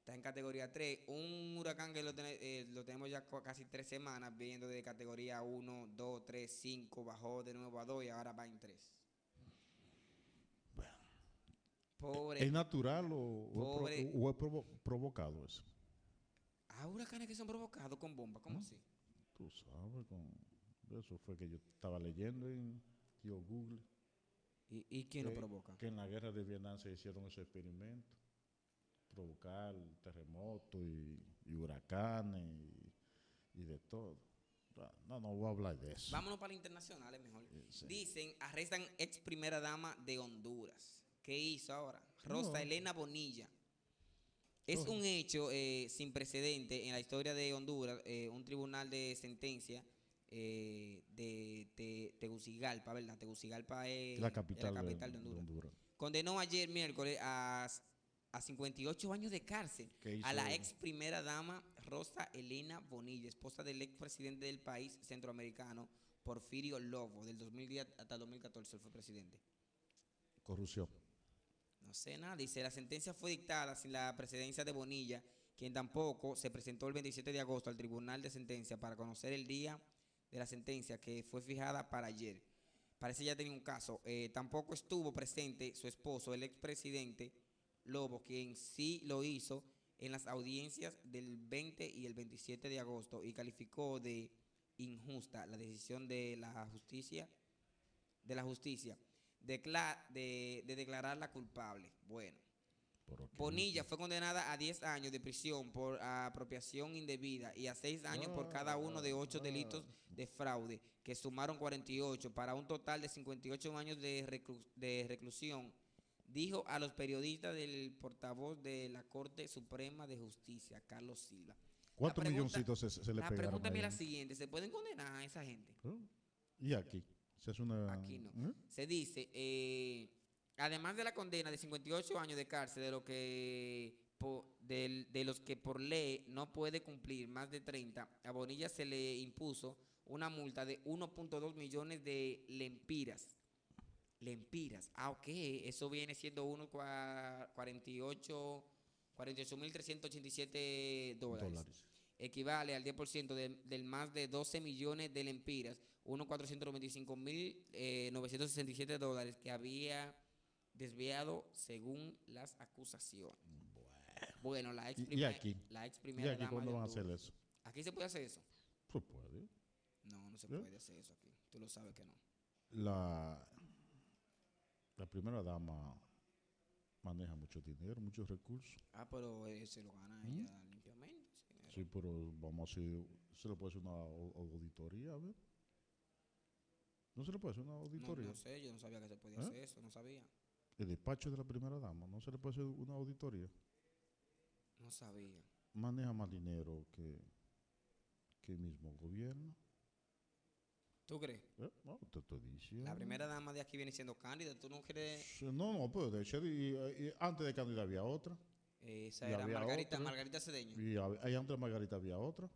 Speaker 2: está en categoría 3. Un huracán que lo, tene- eh, lo tenemos ya co- casi tres semanas, viendo de categoría 1, 2, 3, 5. Bajó de nuevo a 2 y ahora va en 3.
Speaker 1: Bueno. Eh,
Speaker 2: Pobre.
Speaker 1: ¿Es natural o, o es
Speaker 2: Pobre-
Speaker 1: pro- o es provo- provocado eso?
Speaker 2: Ah, huracanes que son provocados con bombas, ¿cómo
Speaker 1: ¿Mm?
Speaker 2: así?
Speaker 1: Tú sabes, con eso fue que yo estaba leyendo en tío Google,
Speaker 2: ¿Y, y quién lo
Speaker 1: Eh,
Speaker 2: provoca?
Speaker 1: que en la guerra de Vietnam se hicieron esos experimentos, provocar terremotos y, y huracanes y, y de todo. Ah, No, no voy a hablar de eso.
Speaker 2: Vámonos para internacionales mejor.
Speaker 1: Eh, sí.
Speaker 2: Dicen, arrestan ex primera dama de Honduras. ¿Qué hizo ahora? Rosa
Speaker 1: No.
Speaker 2: Elena Bonilla. Es
Speaker 1: Ojo.
Speaker 2: un hecho eh, sin precedente en la historia de Honduras. eh, un tribunal de sentencia eh, de, Te- Tegucigalpa, ¿verdad? Tegucigalpa es
Speaker 1: la capital,
Speaker 2: es la
Speaker 1: de-
Speaker 2: capital de,
Speaker 1: de
Speaker 2: Honduras.
Speaker 1: Honduras.
Speaker 2: Condenó ayer miércoles a, a 58 años de cárcel
Speaker 1: ¿Qué
Speaker 2: a la
Speaker 1: hizo?
Speaker 2: ex primera dama Rosa Elena Bonilla, esposa del ex presidente del país centroamericano Porfirio Lobo, del 2010 hasta el 2014 él fue presidente.
Speaker 1: Corrupción.
Speaker 2: No sé nada, dice, la sentencia fue dictada sin la presidencia de Bonilla, quien tampoco se presentó el 27 de agosto al tribunal de sentencia para conocer el día de la sentencia que fue fijada para ayer. Parece ya tenía un caso. Eh, tampoco estuvo presente su esposo, el expresidente Lobo, quien sí lo hizo en las audiencias del 20 y el 27 de agosto y calificó de injusta la decisión de la justicia de la justicia decla- de, de declararla culpable. Bueno,
Speaker 1: pero que-
Speaker 2: Bonilla fue condenada a 10 años de prisión por apropiación indebida y a 6 años por cada uno de 8
Speaker 1: Ah,
Speaker 2: delitos de fraude, que sumaron 48, para un total de 58 años de, reclu- de reclusión, dijo a los periodistas del portavoz de la Corte Suprema de Justicia, Carlos Silva.
Speaker 1: ¿Cuántos
Speaker 2: pregunta-
Speaker 1: milloncitos se, se le
Speaker 2: La
Speaker 1: pegaron
Speaker 2: pregunta
Speaker 1: ahí?
Speaker 2: es la siguiente, ¿se pueden condenar a esa gente?
Speaker 1: ¿Eh? Y aquí. Se hace una,
Speaker 2: Aquí no.
Speaker 1: ¿Eh?
Speaker 2: se dice, eh, además de la condena de 58 años de cárcel, de, lo que po- del- de los que por ley no puede cumplir más de 30, a Bonilla se le impuso una multa de 1.2 millones de lempiras. Lempiras, ah, ok, eso viene siendo 1.48 48.387 dólares
Speaker 1: Dólares.
Speaker 2: equivale al 10% de- del más de 12 millones de lempiras, eh, 1.495.967 dólares que había desviado según las acusaciones. Bueno, la ex
Speaker 1: Y- y
Speaker 2: primera,
Speaker 1: aquí.
Speaker 2: La ex
Speaker 1: ¿Y
Speaker 2: primera
Speaker 1: aquí
Speaker 2: dama
Speaker 1: cuándo
Speaker 2: de
Speaker 1: van a hacer
Speaker 2: Honduras.
Speaker 1: eso?
Speaker 2: ¿Aquí se puede hacer eso?
Speaker 1: Pues puede.
Speaker 2: No, no se
Speaker 1: ¿Eh?
Speaker 2: puede hacer eso aquí. Tú lo sabes que no.
Speaker 1: la, la primera dama maneja mucho dinero, muchos recursos.
Speaker 2: Ah, pero eh, se lo gana
Speaker 1: ¿Mm?
Speaker 2: ella limpiamente. ese dinero.
Speaker 1: Sí, pero vamos a hacer, se le puede hacer una au- auditoría, a ver. No se le puede hacer una
Speaker 2: No,
Speaker 1: auditoría.
Speaker 2: no sé, yo no sabía que se podía
Speaker 1: ¿Eh?
Speaker 2: hacer eso, no sabía.
Speaker 1: El despacho de la primera dama, no se le puede hacer una auditoría.
Speaker 2: No sabía.
Speaker 1: maneja más dinero que, que el mismo gobierno.
Speaker 2: ¿Tú crees?
Speaker 1: Eh, No, te estoy diciendo.
Speaker 2: La primera dama de aquí viene siendo Cándida. ¿Tú no crees?
Speaker 1: Sí, No, no, pero de hecho, y- y- y antes de Cándida había otra.
Speaker 2: Eh, Esa
Speaker 1: Y
Speaker 2: era
Speaker 1: había
Speaker 2: Margarita,
Speaker 1: otra.
Speaker 2: Margarita Cedeño.
Speaker 1: Y hab- ahí antes de Margarita había otra.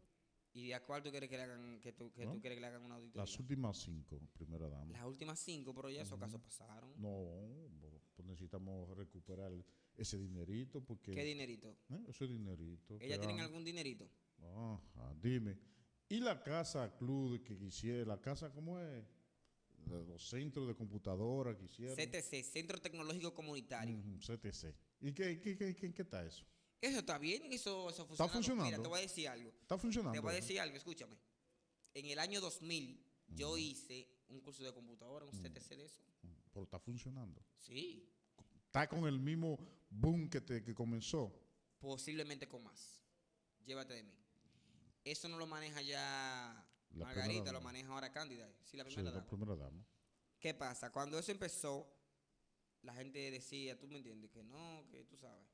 Speaker 2: ¿Y a cuál tú quieres que le hagan, que tú, que
Speaker 1: ¿No?
Speaker 2: tú quieres que le hagan una auditoría?
Speaker 1: Las últimas cinco, primera dama.
Speaker 2: Las últimas cinco, pero ya esos
Speaker 1: Ujú.
Speaker 2: casos pasaron.
Speaker 1: No, bo- pues necesitamos recuperar ese dinerito porque...
Speaker 2: ¿Qué dinerito?
Speaker 1: eh, ese dinerito. que
Speaker 2: ¿Ellas tienen
Speaker 1: dan.
Speaker 2: algún dinerito?
Speaker 1: Ajá, dime. ¿Y la casa club que quisiera? ¿La casa cómo es? La- Los centros de computadora que hicieron.
Speaker 2: CTC, Centro Tecnológico Comunitario.
Speaker 1: Ujú, CTC. ¿Y qué, qué, qué, qué- qué está eso?
Speaker 2: Eso está bien, eso, eso
Speaker 1: Está
Speaker 2: funciona. Mira,
Speaker 1: funcionando.
Speaker 2: te voy a decir algo.
Speaker 1: ¿Está funcionando?
Speaker 2: Te voy a
Speaker 1: eso?
Speaker 2: decir algo, escúchame. En el año 2000 yo
Speaker 1: Ujú.
Speaker 2: hice un curso de computadora, un CTC de eso.
Speaker 1: Mm, Pero está funcionando.
Speaker 2: Sí,
Speaker 1: Está con el mismo boom que, te, que comenzó.
Speaker 2: posiblemente con más. Llévate de mí. Eso no lo maneja ya
Speaker 1: La
Speaker 2: Margarita,
Speaker 1: primera
Speaker 2: lo
Speaker 1: dama.
Speaker 2: maneja ahora Cándida. Sí, la
Speaker 1: Sí,
Speaker 2: primera
Speaker 1: la
Speaker 2: dama.
Speaker 1: primera dama.
Speaker 2: ¿Qué pasa? Cuando eso empezó, la gente decía, tú me entiendes, que no, que tú sabes.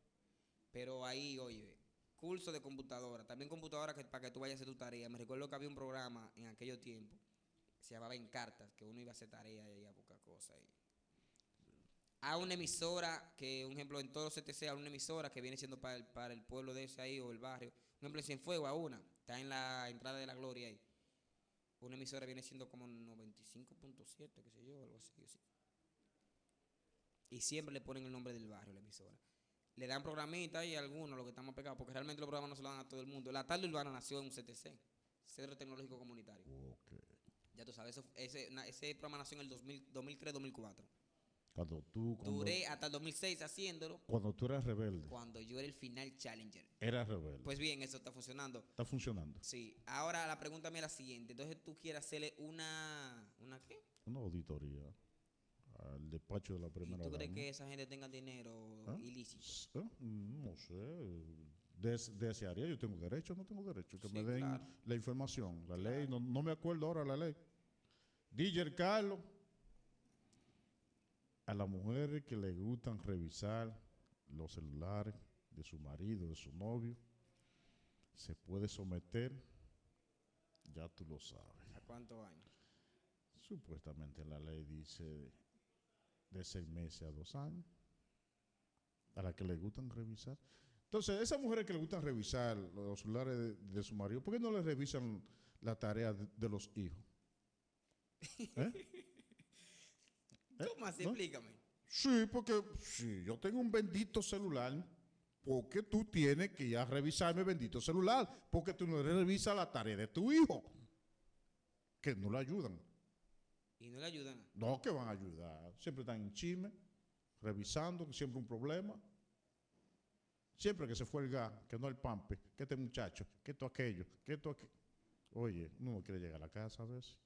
Speaker 2: Pero ahí, oye, curso de computadora, también computadora que, para que tú vayas a hacer tu tarea. Me recuerdo que había un programa en aquellos tiempos, se llamaba Encartas, que uno iba a hacer tarea y a buscar cosas. ahí. A una emisora, que un ejemplo en todos los CTC, a una emisora que viene siendo para el, para el pueblo de ese ahí o el barrio. Un ejemplo en Cienfuegos, a una, está en la entrada de la Gloria ahí. Una emisora viene siendo como 95.7, qué sé yo, algo así. así. Y siempre le ponen el nombre del barrio a la emisora. Le dan programitas y algunos, los que están más pegados, porque realmente los programas no se los dan a todo el mundo. La tarde urbana nació en un CTC, Centro Tecnológico Comunitario.
Speaker 1: Ok.
Speaker 2: Ya tú sabes, eso- ese, na- ese programa nació en el 2000 2003-2004.
Speaker 1: Cuando tú, cuando,
Speaker 2: Duré hasta el 2006 haciéndolo
Speaker 1: cuando tú eras rebelde,
Speaker 2: cuando yo era el final challenger.
Speaker 1: eras rebelde.
Speaker 2: Pues bien, eso está funcionando.
Speaker 1: está funcionando.
Speaker 2: Sí, ahora la pregunta mía es la siguiente. Entonces tú quieres hacerle una... ¿Una qué?
Speaker 1: Una auditoría al despacho de la
Speaker 2: ¿Y
Speaker 1: primera
Speaker 2: tú crees
Speaker 1: dama.
Speaker 2: que esa gente tenga dinero
Speaker 1: ¿Ah?
Speaker 2: ilícito?
Speaker 1: S- eh, mm, No sé. Des- desearía, yo tengo derecho, no tengo derecho. Que
Speaker 2: Sí,
Speaker 1: me den
Speaker 2: claro.
Speaker 1: la información, la
Speaker 2: Claro.
Speaker 1: ley, no, no me acuerdo ahora la ley. DJ Carlos, a las mujeres que le gustan revisar los celulares de su marido, de su novio, se puede someter, ya tú lo sabes.
Speaker 2: ¿A cuántos años?
Speaker 1: Supuestamente la ley dice de seis meses a dos años a la que le gustan revisar. Entonces, esas mujeres que le gustan revisar los celulares de, de su marido, ¿por qué no le revisan la tarea de, de los hijos? ¿Eh? ¿Eh?
Speaker 2: ¿Cómo así?
Speaker 1: ¿No?
Speaker 2: Explícame.
Speaker 1: Sí, porque si yo tengo un bendito celular, ¿por qué tú tienes que ya revisarme bendito celular? Porque tú no le revisas la tarea de tu hijo, que no le ayudan.
Speaker 2: Y no le ayudan.
Speaker 1: No, que van a ayudar. Siempre están en chisme, revisando, que siempre un problema. Siempre que se fue el gas, que no el pampe, que este muchacho, que esto aquello, que esto aquello. Oye, uno no quiere llegar a la casa a veces.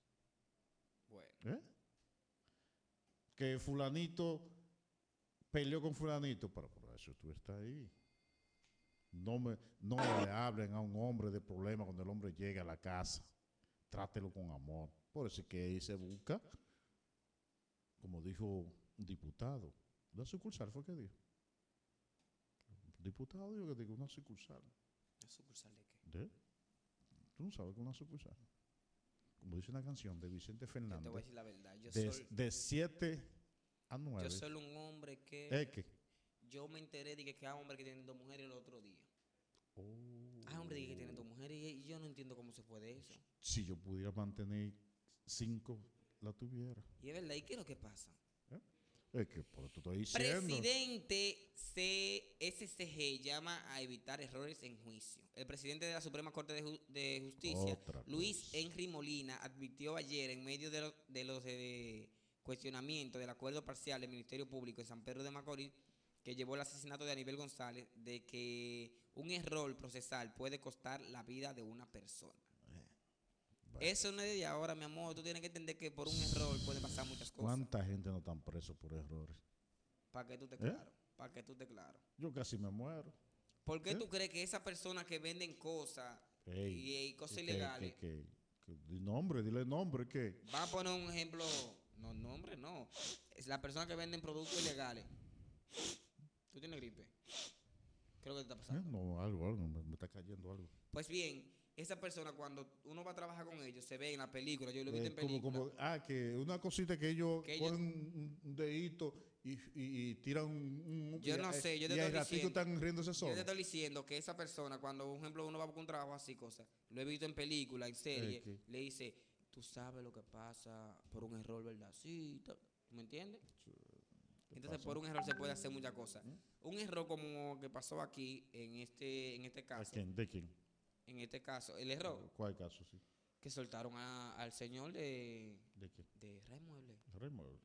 Speaker 2: Bueno,
Speaker 1: ¿eh? Que fulanito peleó con fulanito, pero por eso tú estás ahí. No, me, no le hablen a un hombre de problema cuando el hombre llega a la casa. Trátelo con amor. Por eso es que ahí se busca, como dijo un diputado, una sucursal fue que dijo. Diputado dijo que dijo una sucursal.
Speaker 2: ¿la sucursal de qué?
Speaker 1: ¿De? Tú no sabes que es una sucursal. Como dice una canción de Vicente
Speaker 2: Yo
Speaker 1: Fernández
Speaker 2: te voy a decir la verdad. Yo,
Speaker 1: de,
Speaker 2: soy,
Speaker 1: de 7 a
Speaker 2: yo
Speaker 1: 9.
Speaker 2: soy un hombre que...
Speaker 1: Es Eh, que.
Speaker 2: Yo me enteré de que cada hombre que tiene dos mujeres el otro día. Ah, hombre, dije que tiene dos mujeres y y yo no entiendo cómo se puede eso.
Speaker 1: Oh. Si yo pudiera mantener 5, la tuviera.
Speaker 2: Y es verdad, ¿y qué es lo que pasa?
Speaker 1: Es que por eso te estoy diciendo.
Speaker 2: Presidente CSCG llama a evitar errores en juicio. El presidente de la Suprema Corte de, Ju- de Justicia,
Speaker 1: Otra
Speaker 2: Luis
Speaker 1: cosa.
Speaker 2: Henry Molina, advirtió ayer en medio de, lo- de los eh, cuestionamientos del acuerdo parcial del Ministerio Público en San Pedro de Macorís, que llevó el asesinato de Aníbal González, de que un error procesal puede costar la vida de una persona.
Speaker 1: Bueno,
Speaker 2: Eso no es de ahora, mi amor. Tú tienes que entender que por un error pueden pasar muchas cosas.
Speaker 1: ¿Cuánta gente no están presos por errores?
Speaker 2: Para que tú te
Speaker 1: ¿Eh?
Speaker 2: claro. Para que tú te claro.
Speaker 1: Yo casi me muero.
Speaker 2: ¿Por qué
Speaker 1: ¿Eh?
Speaker 2: tú crees que esas personas que venden cosas
Speaker 1: Ey,
Speaker 2: y, y cosas
Speaker 1: que-
Speaker 2: ilegales
Speaker 1: Que, que, que- di nombre, dile nombre, que.
Speaker 2: va a poner un ejemplo? No, no, hombre, no. Es la persona que venden productos ilegales. ¿Tú tienes gripe? ¿Qué es lo que te está
Speaker 1: Eh,
Speaker 2: pasando?
Speaker 1: No, algo, algo, me, me está cayendo algo.
Speaker 2: Pues bien, esa persona cuando uno va a trabajar con ellos, se ve en la película, yo lo he
Speaker 1: Eh,
Speaker 2: visto en
Speaker 1: como,
Speaker 2: película.
Speaker 1: como, ah, que una cosita que ellos
Speaker 2: Que ellos-
Speaker 1: ponen un, un dedito y, y- y tiran un, un-
Speaker 2: Yo
Speaker 1: y-
Speaker 2: no
Speaker 1: eh,
Speaker 2: sé, yo te
Speaker 1: y
Speaker 2: estoy
Speaker 1: al ratito
Speaker 2: diciendo.
Speaker 1: están riéndose
Speaker 2: Yo te
Speaker 1: solos.
Speaker 2: estoy diciendo que esa persona, cuando por ejemplo uno va con un trabajo así, cosas, lo he visto en película, en serie,
Speaker 1: que-
Speaker 2: le dice, tú sabes lo que pasa por un error, ¿verdad? Sí, ta- ¿tú me entiendes? Entonces
Speaker 1: pasa?
Speaker 2: por un error se puede hacer muchas cosas. Un error como que pasó aquí, en este, en este
Speaker 1: ¿A
Speaker 2: caso,
Speaker 1: quién? ¿De quién?
Speaker 2: en este caso, el error
Speaker 1: ¿Cuál caso? Sí.
Speaker 2: que soltaron a- al señor de,
Speaker 1: ¿De quién?
Speaker 2: de Remueble.
Speaker 1: Remueble.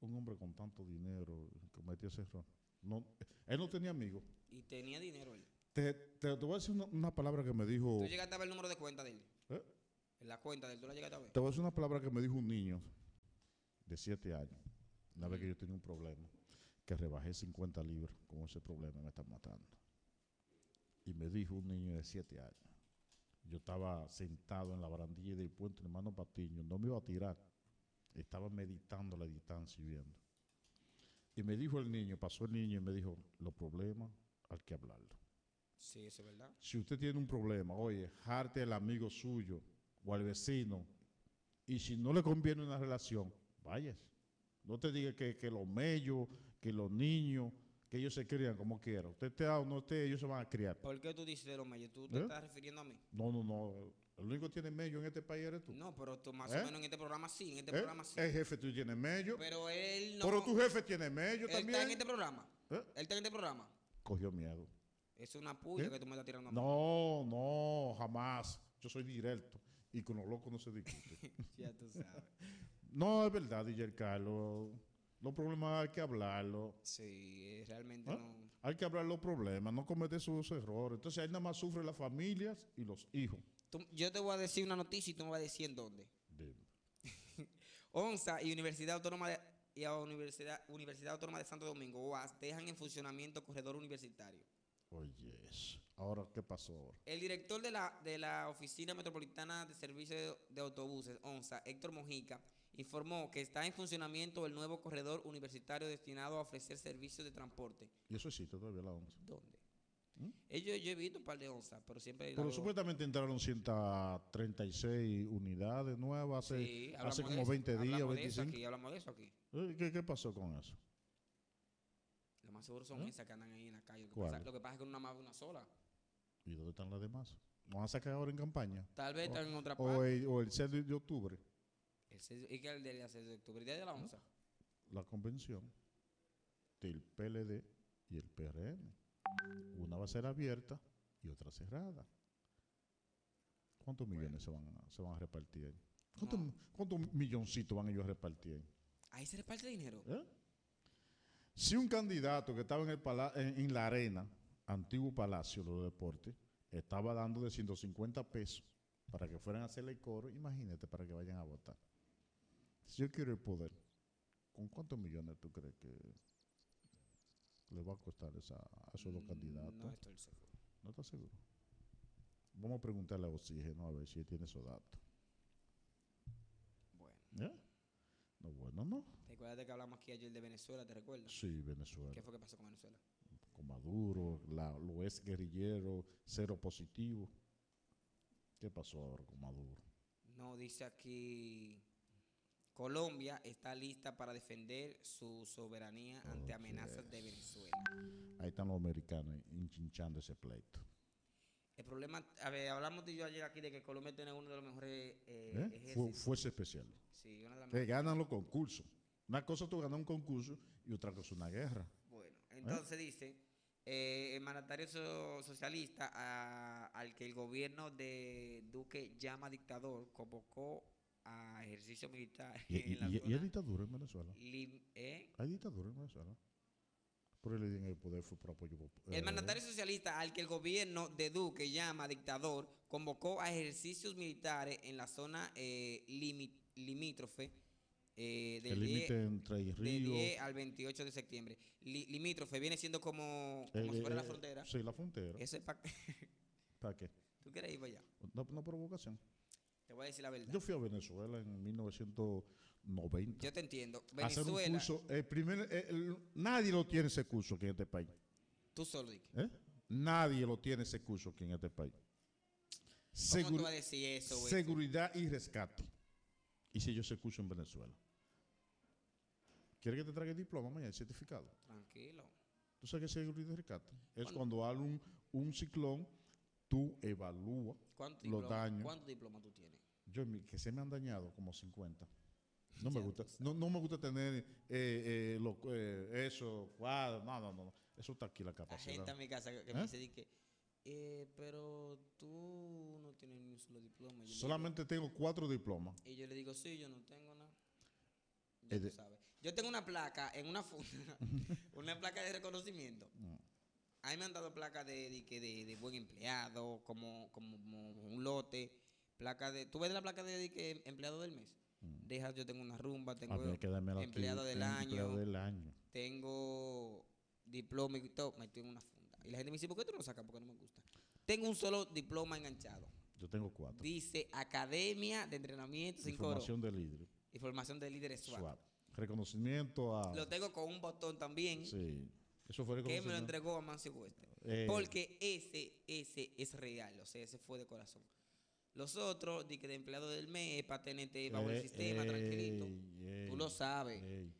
Speaker 1: Un hombre con tanto dinero cometió ese error. No, él no tenía amigos.
Speaker 2: Y tenía dinero él.
Speaker 1: Te, te- te voy a decir una, una palabra que me dijo.
Speaker 2: Tú llegaste a ver el número de cuenta de él.
Speaker 1: Oh. ¿Eh?
Speaker 2: La cuenta de él, tú la llegaste a ver.
Speaker 1: Te voy a decir una palabra que me dijo un niño de 7 años. Una vez que
Speaker 2: Ujú.
Speaker 1: yo tenía un problema, que rebajé 50 libras, con ese problema me están matando. Y me dijo un niño de 7 años. Yo estaba sentado en la barandilla del puente, hermano Patiño, no me iba a tirar. Estaba meditando la distancia y viendo. Y me dijo el niño, pasó el niño y me dijo, los problemas hay que hablarlo.
Speaker 2: Sí, eso es verdad.
Speaker 1: Si usted tiene un problema, oye, jarte al amigo suyo o al vecino, y si no le conviene una relación, vayas. No te diga que, que los mellos, que los niños, que ellos se crían como quieran. Usted esté o no esté, ellos se van a criar.
Speaker 2: ¿Por qué tú dices de los medios? ¿Tú te
Speaker 1: ¿Eh?
Speaker 2: estás refiriendo a mí?
Speaker 1: No, no, no. El único que tiene mello en este país eres tú.
Speaker 2: No, pero tú más
Speaker 1: ¿Eh?
Speaker 2: o menos en este programa sí, en este
Speaker 1: ¿Eh?
Speaker 2: programa sí.
Speaker 1: El jefe tú tienes mello. Pero,
Speaker 2: Pero él no.
Speaker 1: tu jefe tiene mello
Speaker 2: él
Speaker 1: también.
Speaker 2: está en este programa.
Speaker 1: ¿Eh?
Speaker 2: Él está en este programa.
Speaker 1: Cogió miedo.
Speaker 2: Es una puya
Speaker 1: ¿Eh?
Speaker 2: que tú me estás tirando a mí.
Speaker 1: No, no, jamás. Yo soy directo. Y con los locos no se discute.
Speaker 2: Ya tú sabes.
Speaker 1: No, es verdad, DJ Carlos. Los problemas hay que hablarlo.
Speaker 2: Sí, eh, realmente
Speaker 1: ¿Ah?
Speaker 2: no.
Speaker 1: Hay que hablar los problemas, no cometer sus errores. Entonces ahí nada más sufren las familias y los hijos.
Speaker 2: Tú- yo te voy a decir una noticia y tú me vas a decir en dónde.
Speaker 1: Dime.
Speaker 2: ONSA y Universidad Autónoma de, y a Universidad, Universidad Autónoma de Santo Domingo, UAS, dejan en funcionamiento corredor universitario.
Speaker 1: Oye, eso. ahora qué pasó ahora.
Speaker 2: El director de la, de la Oficina Metropolitana de Servicios de Autobuses, ONSA, Héctor Mojica, informó que está en funcionamiento el nuevo corredor universitario destinado a ofrecer servicios de transporte.
Speaker 1: Y eso existe todavía la ONCE.
Speaker 2: ¿Dónde?
Speaker 1: ¿Mm?
Speaker 2: Ellos, yo he visto un par de ONSA, pero siempre... la
Speaker 1: Pero
Speaker 2: veo-
Speaker 1: supuestamente entraron 136 unidades nuevas hace,
Speaker 2: Sí, hablamos
Speaker 1: hace
Speaker 2: de
Speaker 1: como
Speaker 2: eso,
Speaker 1: 20 días,
Speaker 2: hablamos de eso
Speaker 1: 25.
Speaker 2: aquí, hablamos de eso aquí.
Speaker 1: Eh, ¿Qué, qué pasó con eso?
Speaker 2: Lo más seguro son
Speaker 1: ¿Eh?
Speaker 2: esas que andan ahí en la calle. Lo que,
Speaker 1: ¿Cuál?
Speaker 2: pasa, lo que pasa es que una más una sola.
Speaker 1: ¿Y dónde están las demás? ¿Van a sacar ahora en campaña?
Speaker 2: Tal vez
Speaker 1: O-
Speaker 2: están en otra
Speaker 1: ¿O
Speaker 2: parte.
Speaker 1: el, o el 6 de octubre,
Speaker 2: El seis- ¿Y que el del 6 de octubre? ¿El día de
Speaker 1: ¿Eh?
Speaker 2: la ONSA?
Speaker 1: la convención del PLD y el PRM? Una va a ser abierta y otra cerrada. ¿Cuántos millones se, van a, se van a repartir ahí? ¿Cuántos,
Speaker 2: No.
Speaker 1: cuántos milloncitos van ellos a repartir ahí?
Speaker 2: Ahí se reparte dinero.
Speaker 1: ¿Eh? Si un candidato que estaba en, el pala- en, en la arena, antiguo Palacio de los Deportes, estaba dando de 150 pesos para que fueran a hacerle el coro, imagínate para que vayan a votar. Si yo quiero el poder, ¿con cuántos millones tú crees que le va a costar esa, a esos dos
Speaker 2: Mm,
Speaker 1: candidatos?
Speaker 2: No estoy seguro.
Speaker 1: ¿No estás seguro? Vamos a preguntarle a Oxígeno a ver si él tiene esos datos.
Speaker 2: Bueno.
Speaker 1: ¿Eh? No, bueno, no.
Speaker 2: Recuerda que hablamos aquí ayer de Venezuela, ¿te recuerdas?
Speaker 1: Sí, Venezuela.
Speaker 2: ¿Qué fue que pasó con Venezuela?
Speaker 1: con Maduro, la, lo es guerrillero, cero positivo. ¿Qué pasó ahora con Maduro?
Speaker 2: No, dice aquí, Colombia está lista para defender su soberanía ante
Speaker 1: Oh,
Speaker 2: amenazas de
Speaker 1: yes.
Speaker 2: Venezuela.
Speaker 1: Ahí están los americanos enchinchando ese pleito.
Speaker 2: El problema, a ver, hablamos de yo ayer aquí de que Colombia tiene uno de los mejores eh,
Speaker 1: ¿eh? Fu-
Speaker 2: ejércitos.
Speaker 1: fuerza especial.
Speaker 2: Sí, una de las
Speaker 1: Te
Speaker 2: mejores.
Speaker 1: ganan los concursos. Una cosa tú ganas un concurso y otra cosa una guerra.
Speaker 2: Bueno, entonces dice, eh, el mandatario so- socialista a- al que el gobierno de Duque llama dictador convocó a ejercicio militar
Speaker 1: Y, y-
Speaker 2: en la
Speaker 1: y- y hay
Speaker 2: zona
Speaker 1: dictadura en Venezuela.
Speaker 2: lim- ¿eh?
Speaker 1: Hay dictadura en Venezuela. Por el en el poder fue por apoyo eh, popular.
Speaker 2: El mandatario socialista al que el gobierno de Duque llama dictador convocó a ejercicios militares en la zona eh, limi- limítrofe eh, del
Speaker 1: El
Speaker 2: 10,
Speaker 1: límite entre el
Speaker 2: del
Speaker 1: río. eh,
Speaker 2: 10 al 28 de septiembre. Li- limítrofe viene siendo como, como
Speaker 1: el-
Speaker 2: si fuera la
Speaker 1: el-
Speaker 2: frontera.
Speaker 1: eh, Sí, la frontera.
Speaker 2: Eso es pa- [laughs]
Speaker 1: ¿Para qué?
Speaker 2: ¿Tú quieres ir para allá?
Speaker 1: Una- una provocación.
Speaker 2: Te voy a decir la verdad.
Speaker 1: Yo fui a Venezuela en 1990.
Speaker 2: Yo te entiendo.
Speaker 1: hacer un
Speaker 2: Venezuela,
Speaker 1: curso. el primer, el- nadie lo tiene ese curso aquí en este país.
Speaker 2: Tú solo di.
Speaker 1: ¿eh? Nadie lo tiene ese curso aquí en este país.
Speaker 2: ¿Cómo
Speaker 1: Seguri-
Speaker 2: tú vas a decir eso, güey?
Speaker 1: seguridad y rescate. Hice yo ese curso en Venezuela. ¿Quieres que te traiga el diploma mañana, el certificado?
Speaker 2: Tranquilo.
Speaker 1: ¿Tú sabes qué es seguridad y rescate? Es
Speaker 2: Bueno.
Speaker 1: cuando hay un, un ciclón, tú evalúas.
Speaker 2: ¿Cuántos
Speaker 1: Los
Speaker 2: diplomas
Speaker 1: daños.
Speaker 2: cuánto diploma tú tienes?
Speaker 1: Yo, mi- que se me han dañado como 50. No me
Speaker 2: Ya,
Speaker 1: gusta,
Speaker 2: pues.
Speaker 1: no, no me gusta tener eh, eh, lo- eh, eso, cuadro, no, no, no, no. Eso está aquí la
Speaker 2: La gente a
Speaker 1: capacidad.
Speaker 2: mi casa que que
Speaker 1: ¿Eh?
Speaker 2: me dice di que, eh, pero tú no tienes ni un solo diploma. Yo le digo-
Speaker 1: Solamente tengo cuatro diplomas.
Speaker 2: y yo le digo, sí, yo no tengo nada. Ya
Speaker 1: Es
Speaker 2: tú
Speaker 1: de-
Speaker 2: sabes. Yo tengo una placa en una funda, [laughs] una placa de reconocimiento.
Speaker 1: Mm.
Speaker 2: A mí me han dado placa de, de, que de, de buen empleado, como, como, como un lote, placa de... ¿Tú ves la placa de, de que em, empleado del mes?
Speaker 1: Mm.
Speaker 2: Deja, yo tengo una rumba, tengo...
Speaker 1: A mí hay que dármelo aquí,
Speaker 2: empleado del
Speaker 1: eh, Empleado
Speaker 2: año.
Speaker 1: del año.
Speaker 2: tengo diploma y todo, metido en una funda. Y la gente me dice, ¿por qué tú no lo sacas? Porque no me gusta. Tengo un solo diploma enganchado.
Speaker 1: Yo tengo cuatro.
Speaker 2: Dice Academia de Entrenamiento sin Coro
Speaker 1: Información de líder.
Speaker 2: y Formación de Líderes SWAT.
Speaker 1: SWAT. Reconocimiento a.
Speaker 2: Lo tengo con un botón también
Speaker 1: Sí. Eso fue
Speaker 2: que me lo
Speaker 1: reconocimiento.
Speaker 2: entregó a Mancio Wester.
Speaker 1: Eh,
Speaker 2: Porque ese, ese es real, o sea, ese fue de corazón. Los otros, di que de empleado del mes, para tenerte bajo
Speaker 1: eh,
Speaker 2: el sistema, tranquilito.
Speaker 1: ey, ey,
Speaker 2: Tú lo sabes.
Speaker 1: ey.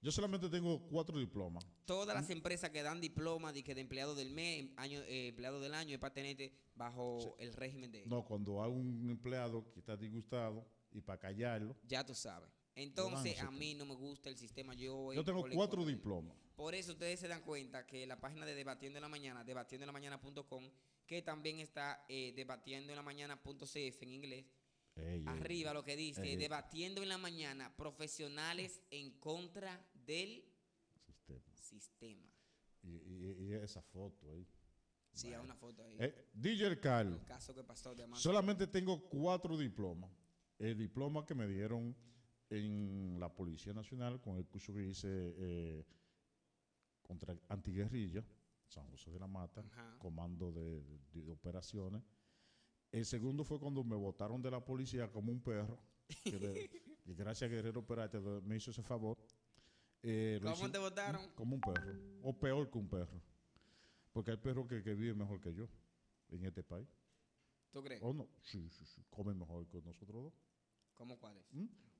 Speaker 1: Yo solamente tengo cuatro diplomas.
Speaker 2: Todas las empresas que dan diploma de que de empleado del mes, em- año, eh, empleado del año, es para tenerte bajo el régimen de
Speaker 1: No, cuando hay un empleado que está disgustado y para callarlo.
Speaker 2: Ya tú sabes. Entonces,
Speaker 1: lanzo,
Speaker 2: a mí no me gusta el sistema. Yo,
Speaker 1: Yo
Speaker 2: voy
Speaker 1: tengo
Speaker 2: por la
Speaker 1: cuatro
Speaker 2: economía.
Speaker 1: diplomas.
Speaker 2: Por eso ustedes se dan cuenta que la página de Debatiendo en la Mañana, debatiendoenlamañana.com, que también está eh, debatiendoenlamañana.cf en inglés,
Speaker 1: Ey, ey.
Speaker 2: arriba lo que dice,
Speaker 1: Ey, ey.
Speaker 2: Debatiendo en la Mañana, profesionales en contra del
Speaker 1: Sistema.
Speaker 2: sistema.
Speaker 1: Y, y- y esa foto ahí.
Speaker 2: Sí, hay una foto ahí.
Speaker 1: Eh, DJ Carlos.
Speaker 2: El caso que pasó de Amancio.
Speaker 1: Solamente tengo cuatro diplomas. El diploma que me dieron en la Policía Nacional con el curso que hice eh, contra antiguerrilla, San José de la Mata,
Speaker 2: Ajá.
Speaker 1: comando de, de- de operaciones. El segundo fue cuando me votaron de la policía como un perro. que
Speaker 2: [laughs]
Speaker 1: de- y gracias a Guerrero Peralta do- me hizo ese favor. Eh, lo
Speaker 2: ¿Cómo
Speaker 1: hice-
Speaker 2: te votaron?
Speaker 1: como un perro, o peor que un perro. Porque hay perros que, que viven mejor que yo en este país.
Speaker 2: ¿Tú crees?
Speaker 1: ¿O no? Sí, sí, sí. Comen mejor que nosotros dos.
Speaker 2: ¿Cómo cuáles?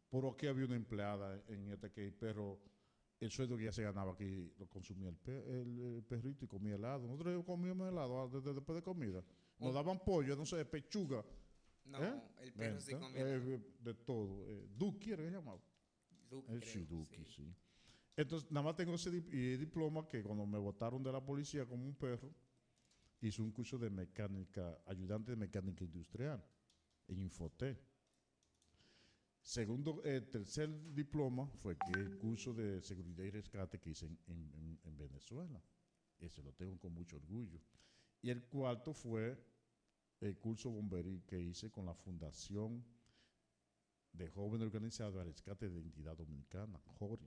Speaker 1: Por aquí había una empleada en este que el perro, el sueldo que ya se ganaba aquí lo consumía el, pe- el- el perrito y comía helado. Nosotros comíamos helado ah, de- de- después de comida. Nos
Speaker 2: Mm.
Speaker 1: daban pollo, no sé, pechuga.
Speaker 2: No,
Speaker 1: ¿eh?
Speaker 2: el perro se
Speaker 1: Venta,
Speaker 2: comió.
Speaker 1: eh, eh, de todo. Eh, Duki era que se llamaba.
Speaker 2: Duque,
Speaker 1: Eh,
Speaker 2: creo,
Speaker 1: sí, Duki,
Speaker 2: sí.
Speaker 1: sí. Entonces, nada más tengo ese dip- y el diploma que cuando me votaron de la policía como un perro, hice un curso de mecánica, ayudante de mecánica industrial en Infotec. Segundo, eh, tercer diploma fue que el curso de seguridad y rescate que hice en, en- en- en Venezuela. Ese lo tengo con mucho orgullo. Y el cuarto fue el curso bomberil que hice con la Fundación de Jóvenes Organizados al Rescate de Identidad Dominicana, JORI.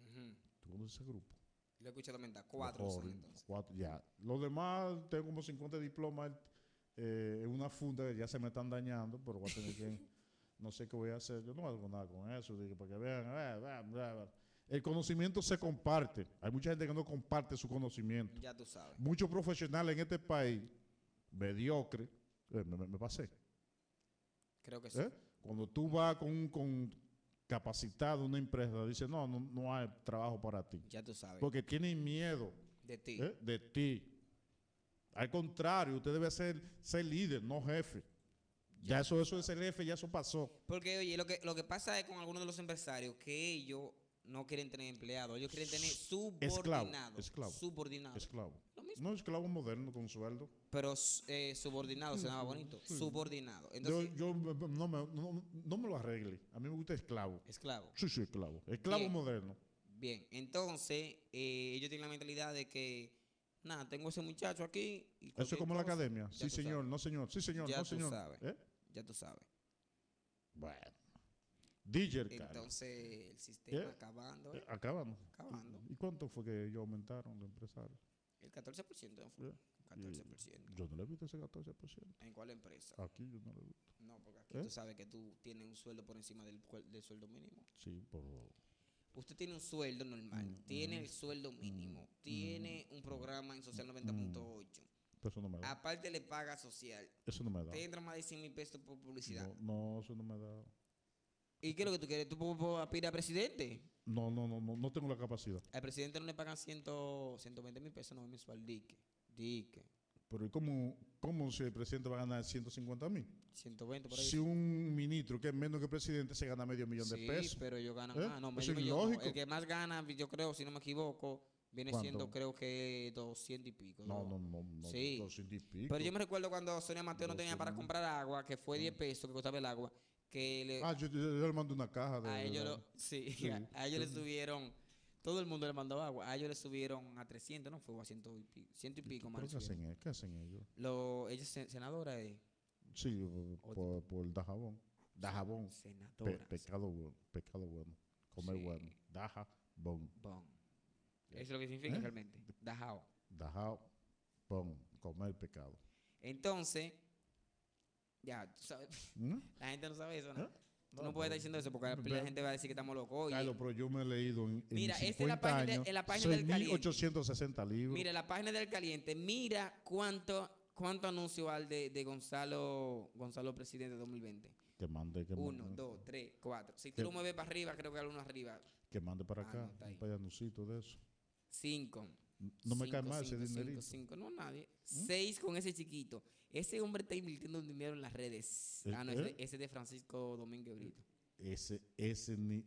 Speaker 2: Ujú.
Speaker 1: ¿Tú conoces ese grupo?
Speaker 2: Lo he escuchado mental. Cuatro
Speaker 1: Los
Speaker 2: son
Speaker 1: Ori,
Speaker 2: entonces.
Speaker 1: Cuatro, ya. Los demás, tengo como 50 diplomas eh, en una funda que ya se me están dañando, pero voy a tener
Speaker 2: [laughs]
Speaker 1: que. no sé qué voy a hacer. Yo no hago nada con eso, digo, para que vean. ah, bla, bla, bla. El conocimiento se comparte. Hay mucha gente que no comparte su conocimiento.
Speaker 2: Ya tú sabes.
Speaker 1: Muchos profesionales en este país, mediocre, eh, me- me- me pasé.
Speaker 2: Creo que sí.
Speaker 1: ¿Eh? Cuando tú vas con un con capacitado a una empresa, dice, no, no, no hay trabajo para ti.
Speaker 2: Ya tú sabes.
Speaker 1: Porque tienen miedo
Speaker 2: De ti.
Speaker 1: ¿eh? de ti. Al contrario, usted debe ser, ser líder, no jefe. Ya eso, eso es el jefe, ya eso pasó.
Speaker 2: Porque, oye, lo que, lo que pasa es con algunos de los empresarios que ellos no quieren tener empleados. Ellos quieren tener subordinados.
Speaker 1: esclavo.
Speaker 2: Subordinados.
Speaker 1: Esclavo.
Speaker 2: Lo mismo.
Speaker 1: No esclavo moderno con sueldo.
Speaker 2: Pero eh, subordinado sonaba bonito. Subordinado.
Speaker 1: Yo,
Speaker 2: Entonces,
Speaker 1: yo me- me- no, me, no- no me lo arregle. A mí me gusta esclavo.
Speaker 2: esclavo.
Speaker 1: Sí, sí, esclavo. Esclavo
Speaker 2: Bien.
Speaker 1: moderno.
Speaker 2: Bien. Entonces, eh, ellos tienen la mentalidad de que, nada, tengo ese muchacho aquí.
Speaker 1: Eso
Speaker 2: y
Speaker 1: es
Speaker 2: cualquier
Speaker 1: como la
Speaker 2: cosa,
Speaker 1: academia.
Speaker 2: ya
Speaker 1: Sí,
Speaker 2: tú sabes.
Speaker 1: señor, no, señor. Sí, señor,
Speaker 2: Ya
Speaker 1: no,
Speaker 2: tú
Speaker 1: señor.
Speaker 2: sabes.
Speaker 1: ¿Eh?
Speaker 2: Ya tú sabes.
Speaker 1: Bueno. DJ Carlos.
Speaker 2: Entonces, el sistema
Speaker 1: ¿Eh?
Speaker 2: acabando.
Speaker 1: Eh,
Speaker 2: ¿eh?
Speaker 1: Acabando.
Speaker 2: Acabando.
Speaker 1: ¿Y cuánto fue que ellos aumentaron los empresarios?
Speaker 2: El 14%. ¿no fue?
Speaker 1: ¿Eh?
Speaker 2: 14%.
Speaker 1: Yo no le he visto ese 14%.
Speaker 2: ¿En cuál empresa?
Speaker 1: Aquí yo no le he visto.
Speaker 2: No, porque aquí
Speaker 1: Ah. ¿Eh?
Speaker 2: tú sabes que tú tienes un sueldo por encima del, cual- del sueldo mínimo.
Speaker 1: Sí, por...
Speaker 2: Usted tiene un sueldo normal,
Speaker 1: Mm,
Speaker 2: tiene
Speaker 1: mm,
Speaker 2: el sueldo mínimo,
Speaker 1: mm,
Speaker 2: tiene un programa en Social 90.8.
Speaker 1: Pero eso no me da.
Speaker 2: Aparte le paga social.
Speaker 1: Eso no me da.
Speaker 2: Te entra más de 100 mil pesos por publicidad.
Speaker 1: No, no, eso no me da.
Speaker 2: ¿Y qué es lo que tú quieres? ¿Tú pu- pu- aspiras a presidente?
Speaker 1: No, no, no, no, no tengo la capacidad.
Speaker 2: Al presidente no le pagan 100, 120 mil pesos no mensual. Dique, dique.
Speaker 1: Pero ¿y cómo, cómo si el presidente va a ganar 150 mil?
Speaker 2: 120 por ahí.
Speaker 1: Si un ministro que es menos que el presidente se gana medio millón
Speaker 2: Sí,
Speaker 1: de pesos.
Speaker 2: pero ellos ganan
Speaker 1: ¿Eh?
Speaker 2: más. No,
Speaker 1: Eso
Speaker 2: medio
Speaker 1: es
Speaker 2: millón no.
Speaker 1: ilógico.
Speaker 2: El que más gana, yo creo, si no me equivoco, viene
Speaker 1: ¿Cuánto?
Speaker 2: siendo creo que 200 y pico.
Speaker 1: No, no, no, no.
Speaker 2: Sí.
Speaker 1: doscientos y pico.
Speaker 2: Pero yo me recuerdo cuando Sonia Mateo no tenía para
Speaker 1: 200.
Speaker 2: comprar agua, que fue 10 pesos que costaba el agua, que le-
Speaker 1: Mm. Ah, yo, yo- yo le mando una caja de.
Speaker 2: a
Speaker 1: de
Speaker 2: ellos
Speaker 1: la-
Speaker 2: Ah, lo- sí,
Speaker 1: Sí,
Speaker 2: a, [laughs] a ellos le
Speaker 1: sí.
Speaker 2: subieron, todo el mundo le mandó agua, a ellos le subieron a 300, no fue a ciento y pico, ciento y pico más.
Speaker 1: ¿Pero
Speaker 2: le
Speaker 1: qué
Speaker 2: subieron.
Speaker 1: hacen, ellos? ¿Qué hacen ellos?
Speaker 2: Lo, ella es sen- senadora, eh,
Speaker 1: Sí, eh,
Speaker 2: Otro.
Speaker 1: por, por Dajabón. Dajabón. Pe-
Speaker 2: senadora.
Speaker 1: pecado bueno. Pecado bueno. Comer
Speaker 2: Sí.
Speaker 1: bueno. Dajabón.
Speaker 2: Bon. Eso es lo que significa
Speaker 1: ¿Eh?
Speaker 2: realmente, Dajao.
Speaker 1: Dajabón. Comer pecado.
Speaker 2: Entonces, ya, tú sabes, [laughs]
Speaker 1: ¿Mm?
Speaker 2: la gente no sabe eso, ¿no?
Speaker 1: ¿Eh?
Speaker 2: Tú no puedes estar diciendo eso porque la
Speaker 1: Pero-
Speaker 2: gente va a decir que estamos locos. Oye,
Speaker 1: Carlos, pero yo me he leído en, en
Speaker 2: Mira, esta es la
Speaker 1: 50
Speaker 2: página de-
Speaker 1: años
Speaker 2: en la página del caliente.
Speaker 1: 6.860 libros.
Speaker 2: Mira, la página del caliente, mira cuánto, cuánto anuncio al de, de Gonzalo, Gonzalo Presidente 2020.
Speaker 1: que mande, que
Speaker 2: Uno,
Speaker 1: mande,
Speaker 2: dos, tres, cuatro. Si tú
Speaker 1: Que-
Speaker 2: lo mueves para arriba, creo que hay uno arriba.
Speaker 1: que mande para
Speaker 2: Ah,
Speaker 1: acá
Speaker 2: no, está ahí.
Speaker 1: un payanucito de eso.
Speaker 2: Cinco.
Speaker 1: No me cae
Speaker 2: Cinco,
Speaker 1: mal
Speaker 2: cinco,
Speaker 1: ese
Speaker 2: cinco,
Speaker 1: dinerito. ¿Mm?
Speaker 2: cinco. No, nadie. Seis con ese chiquito. Ese hombre está invirtiendo dinero en las redes.
Speaker 1: Eh,
Speaker 2: Ah, no, ese,
Speaker 1: eh.
Speaker 2: ese de Francisco Domínguez Brito.
Speaker 1: Ese, ese ni,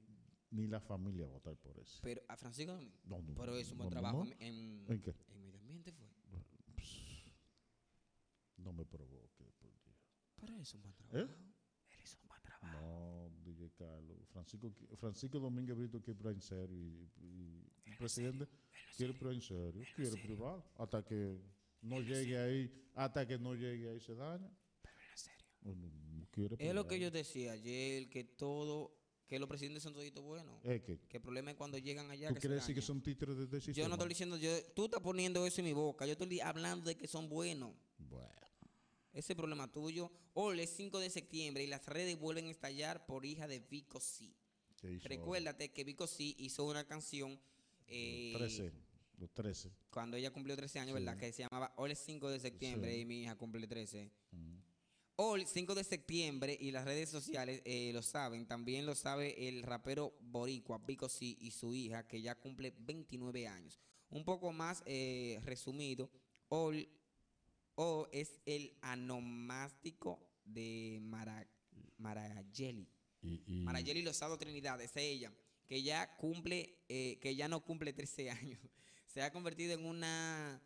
Speaker 1: ni la familia va a votar por ese.
Speaker 2: Pero a Francisco Domínguez.
Speaker 1: No, no,
Speaker 2: Pero es un buen
Speaker 1: no,
Speaker 2: trabajo
Speaker 1: no.
Speaker 2: en, en-
Speaker 1: ¿En qué?
Speaker 2: en medio ambiente fue.
Speaker 1: No me provoque, por Dios.
Speaker 2: Pero es un buen trabajo.
Speaker 1: ¿Eh?
Speaker 2: Eres un buen trabajo.
Speaker 1: No, DJ Carlos. Francisco, qui- Francisco Domínguez Brito quiere plan en serio. Y, y- y el presidente quiere plan en serio. Quiere privado. Hasta que no llegue ahí, hasta que no llegue ahí se daña. No, no, no quiere
Speaker 2: Es lo que
Speaker 1: privado.
Speaker 2: yo decía ayer, que todo, que los presidentes son toditos buenos.
Speaker 1: Es que,
Speaker 2: Que el problema es cuando llegan allá.
Speaker 1: Eh. ¿Tú
Speaker 2: que se
Speaker 1: quieres decir que
Speaker 2: dañan.
Speaker 1: son títeres de del
Speaker 2: Yo
Speaker 1: sistema?
Speaker 2: no estoy diciendo, yo, tú estás poniendo eso en mi boca. Yo estoy hablando de que son buenos.
Speaker 1: Bueno,
Speaker 2: Ese problema tuyo. Hoy es 5 de septiembre y las redes vuelven a estallar por hija de Vico C.
Speaker 1: ¿qué hizo ahora?
Speaker 2: Recuérdate que Vico C hizo una canción. eh,
Speaker 1: 13, los 13.
Speaker 2: cuando ella cumplió 13 años, ¿verdad?
Speaker 1: Sí.
Speaker 2: Que se llamaba All 5 de septiembre
Speaker 1: Sí.
Speaker 2: y mi hija cumple 13.
Speaker 1: Mm.
Speaker 2: All 5 de septiembre y las redes sociales eh, lo saben. También lo sabe el rapero boricua Vico C y su hija que ya cumple 29 años. Un poco más eh, resumido, All O es el anomástico de Mara, Marayeli.
Speaker 1: Y, y,
Speaker 2: Marayeli Lozado Trinidad, es ella, que ya cumple, eh, que ya no cumple 13 [laughs] años. Se ha convertido en una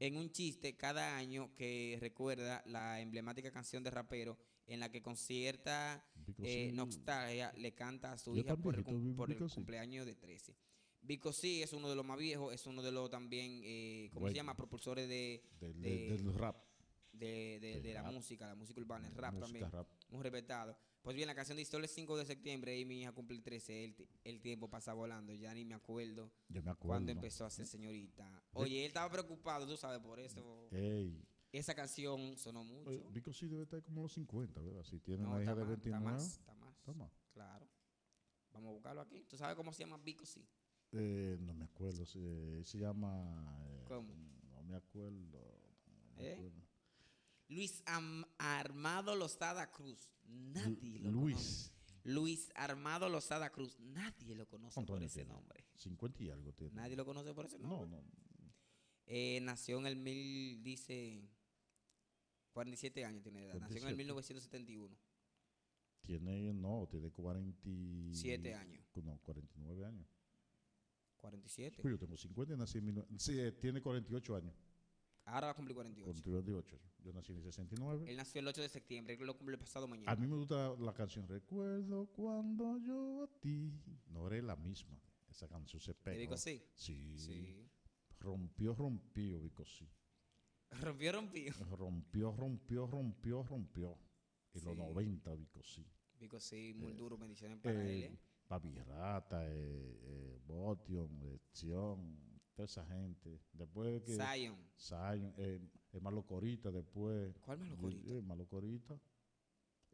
Speaker 2: en un chiste cada año que recuerda la emblemática canción de rapero en la que concierta
Speaker 1: Vico, Pues
Speaker 2: eh,
Speaker 1: sí.
Speaker 2: Nostalgia le canta a su
Speaker 1: Yo
Speaker 2: hija por el,
Speaker 1: también, yo
Speaker 2: cum-
Speaker 1: vi
Speaker 2: por el
Speaker 1: Vico, sí.
Speaker 2: cumpleaños de 13. Vico sí es uno de los más viejos, es uno de los también, eh, ¿cómo se
Speaker 1: Bueno.
Speaker 2: llama? Propulsores de,
Speaker 1: del,
Speaker 2: de-
Speaker 1: del rap.
Speaker 2: de, de-
Speaker 1: Del
Speaker 2: de la
Speaker 1: rap.
Speaker 2: música, la música urbana, el rap
Speaker 1: música
Speaker 2: también
Speaker 1: rap.
Speaker 2: muy respetado. Pues bien, la canción de Historia el 5 de septiembre y mi hija cumple 13. El, ti- el tiempo pasa volando, ya ni me acuerdo
Speaker 1: Yo me acuerdo.
Speaker 2: cuando empezó a ser señorita. Oye, él estaba preocupado, tú sabes, por eso.
Speaker 1: Ey.
Speaker 2: Esa canción sonó mucho.
Speaker 1: Eh, Oye, Vico sí debe estar como los 50, ¿verdad? Si tiene
Speaker 2: No,
Speaker 1: una
Speaker 2: está
Speaker 1: hija de
Speaker 2: más, está
Speaker 1: 29.
Speaker 2: más, está más.
Speaker 1: está más.
Speaker 2: Claro. Vamos a buscarlo aquí. ¿Tú sabes cómo se llama Vico? Sí.
Speaker 1: Eh, no me acuerdo. Se, se llama. eh,
Speaker 2: ¿Cómo?
Speaker 1: No me acuerdo. no me
Speaker 2: ¿Eh?
Speaker 1: acuerdo.
Speaker 2: Luis Am- Armado Lozada Cruz. Nadie lo conoce.
Speaker 1: Luis.
Speaker 2: Luis Armado Lozada Cruz. Nadie lo conoce
Speaker 1: ¿Cuántos
Speaker 2: por
Speaker 1: años
Speaker 2: ese
Speaker 1: tiene?
Speaker 2: nombre.
Speaker 1: 50 y algo tiene.
Speaker 2: Nadie lo conoce por ese nombre.
Speaker 1: No, no.
Speaker 2: Eh, nació en el mil, dice, 47 años tiene edad. Nació en el
Speaker 1: 47.
Speaker 2: 1971.
Speaker 1: Tiene, no, tiene 47
Speaker 2: Siete años.
Speaker 1: No, 49 años.
Speaker 2: 47.
Speaker 1: Pues yo tengo 50 y nací en 19 Sí, eh, tiene 48 años.
Speaker 2: Ahora va a cumplir 48.
Speaker 1: 48. Yo nací en el 69.
Speaker 2: Él nació el 8 de septiembre, él lo cumple el pasado
Speaker 1: A
Speaker 2: mañana.
Speaker 1: mí me gusta la canción Recuerdo cuando yo a ti. No era la misma. Esa canción se
Speaker 2: ¿Te digo
Speaker 1: pegó.
Speaker 2: así?
Speaker 1: Sí.
Speaker 2: Sí. [laughs]
Speaker 1: Rompió, rompió, Vico, sí.
Speaker 2: Rompió, rompió.
Speaker 1: Rompió, rompió, rompió, rompió. En los
Speaker 2: Sí.
Speaker 1: 90, Vico, sí.
Speaker 2: Digo, sí, muy
Speaker 1: Eh,
Speaker 2: duro, bendiciones para él.
Speaker 1: Eh,
Speaker 2: ¿eh?
Speaker 1: Papi Rata, eh, eh, Botion, eh, Sion, toda esa gente. Después que.
Speaker 2: Zion.
Speaker 1: Zion, eh, el Malo Corita, después.
Speaker 2: ¿Cuál malo
Speaker 1: Yo-
Speaker 2: corito?
Speaker 1: eh, Malo Corita.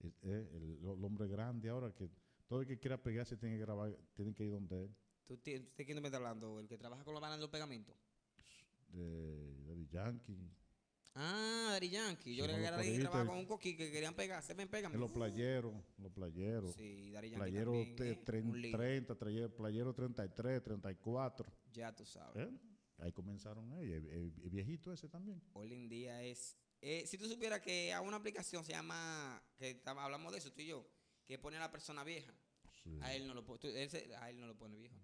Speaker 1: Eh, eh, el, el hombre grande ahora que todo el que quiera pegarse tiene que grabar, tiene que ir donde él.
Speaker 2: ¿Tú, ti- ¿Usted quién me está hablando? ¿El que trabaja con la banda de los pegamentos?
Speaker 1: de Daddy Yankee,
Speaker 2: Ah, Dari Yankee. Yo
Speaker 1: Sí,
Speaker 2: le
Speaker 1: con los
Speaker 2: agarré que
Speaker 1: coritos,
Speaker 2: trabajaba
Speaker 1: el-
Speaker 2: con un coquí que querían pegarse. Ven, pégame.
Speaker 1: de los playeros, los playeros.
Speaker 2: Sí, Dari Yankee.
Speaker 1: Playero
Speaker 2: también,
Speaker 1: te-
Speaker 2: ¿eh?
Speaker 1: tren-
Speaker 2: Un lío.
Speaker 1: 30, traye- playero 33, 34.
Speaker 2: Ya tú sabes.
Speaker 1: ¿eh? Ahí comenzaron ¿eh? ellos. El, el- el viejito ese también.
Speaker 2: Hoy en día es. eh, si tú supieras que a una aplicación se llama. que estaba- hablamos de eso tú y yo. Que pone a la persona vieja.
Speaker 1: Sí,
Speaker 2: A él no lo, po- tú- él se- a él no lo pone viejo.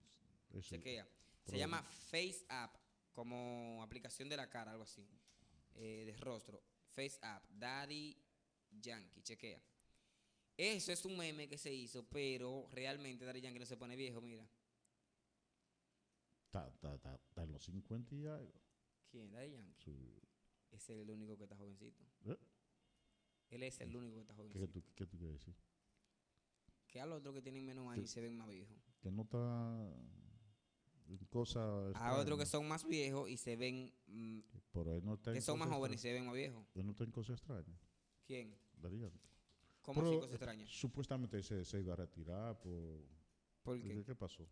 Speaker 1: eso.
Speaker 2: Chequea. Se
Speaker 1: Probable.
Speaker 2: llama Face App, como aplicación de la cara, algo así, eh, de rostro. Face App, Daddy Yankee, chequea. Eso es un meme que se hizo, pero realmente Daddy Yankee no se pone viejo, mira.
Speaker 1: Está, está- está- está en los 50 y algo.
Speaker 2: ¿Quién? Daddy Yankee.
Speaker 1: Sí.
Speaker 2: Ese es el único que está jovencito.
Speaker 1: ¿Eh?
Speaker 2: Él es el único que está
Speaker 1: ¿Qué, qué
Speaker 2: jovencito.
Speaker 1: tú, qué tú quieres decir?
Speaker 2: Que a los otros que tienen menos años se ven más viejos.
Speaker 1: Que no está en cosa.
Speaker 2: A
Speaker 1: extraña.
Speaker 2: otros que son más viejos y se ven. mm,
Speaker 1: Pero él no está
Speaker 2: que
Speaker 1: en
Speaker 2: son más
Speaker 1: cosa
Speaker 2: jóvenes y
Speaker 1: extraña.
Speaker 2: se ven más viejos.
Speaker 1: Él no está en cosa extraña.
Speaker 2: ¿Quién?
Speaker 1: Daddy Yankee.
Speaker 2: ¿Cómo
Speaker 1: Pero,
Speaker 2: así cosa
Speaker 1: eh,
Speaker 2: extraña?
Speaker 1: Supuestamente se, se iba a retirar. Por,
Speaker 2: ¿Por qué?
Speaker 1: ¿Qué pasó?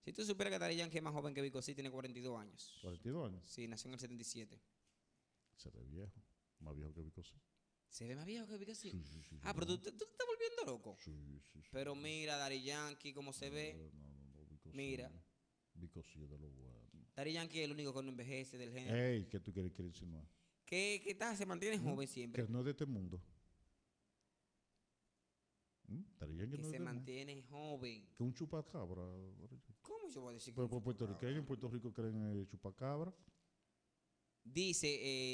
Speaker 2: Si tú supieras que Daddy Yankee es más joven que Vico, sí, tiene 42 años.
Speaker 1: 42 años.
Speaker 2: Sí, nació en el 77.
Speaker 1: Se ve viejo. Más viejo que Vico. Sí,
Speaker 2: ¿Se ve más viejo que Vico? Sí.
Speaker 1: sí, sí,
Speaker 2: Ah,
Speaker 1: no.
Speaker 2: pero tú, te- tú te estás volviendo loco.
Speaker 1: Sí, sí, sí.
Speaker 2: Pero mira, Daddy Yankee, cómo se ve.
Speaker 1: No, no, no, no, Vico sí.
Speaker 2: Mira.
Speaker 1: Vico sí es de lo bueno.
Speaker 2: Daddy Yankee es el único que no envejece del género.
Speaker 1: Ey, ¿qué tú quieres, quieres insinuar?
Speaker 2: ¿Qué, qué tal? Se mantiene joven siempre.
Speaker 1: Mm. Que no es de este mundo. ¿Mm? Daddy Yankee
Speaker 2: Que
Speaker 1: no es de
Speaker 2: se
Speaker 1: este mundo.
Speaker 2: mantiene joven.
Speaker 1: Que un chupacabra. Daddy Yankee.
Speaker 2: ¿Cómo yo voy a decir que
Speaker 1: Pero
Speaker 2: un
Speaker 1: por puertorriqueño, en
Speaker 2: chupacabra?
Speaker 1: Puerto Rico creen en el chupacabra.
Speaker 2: Dice,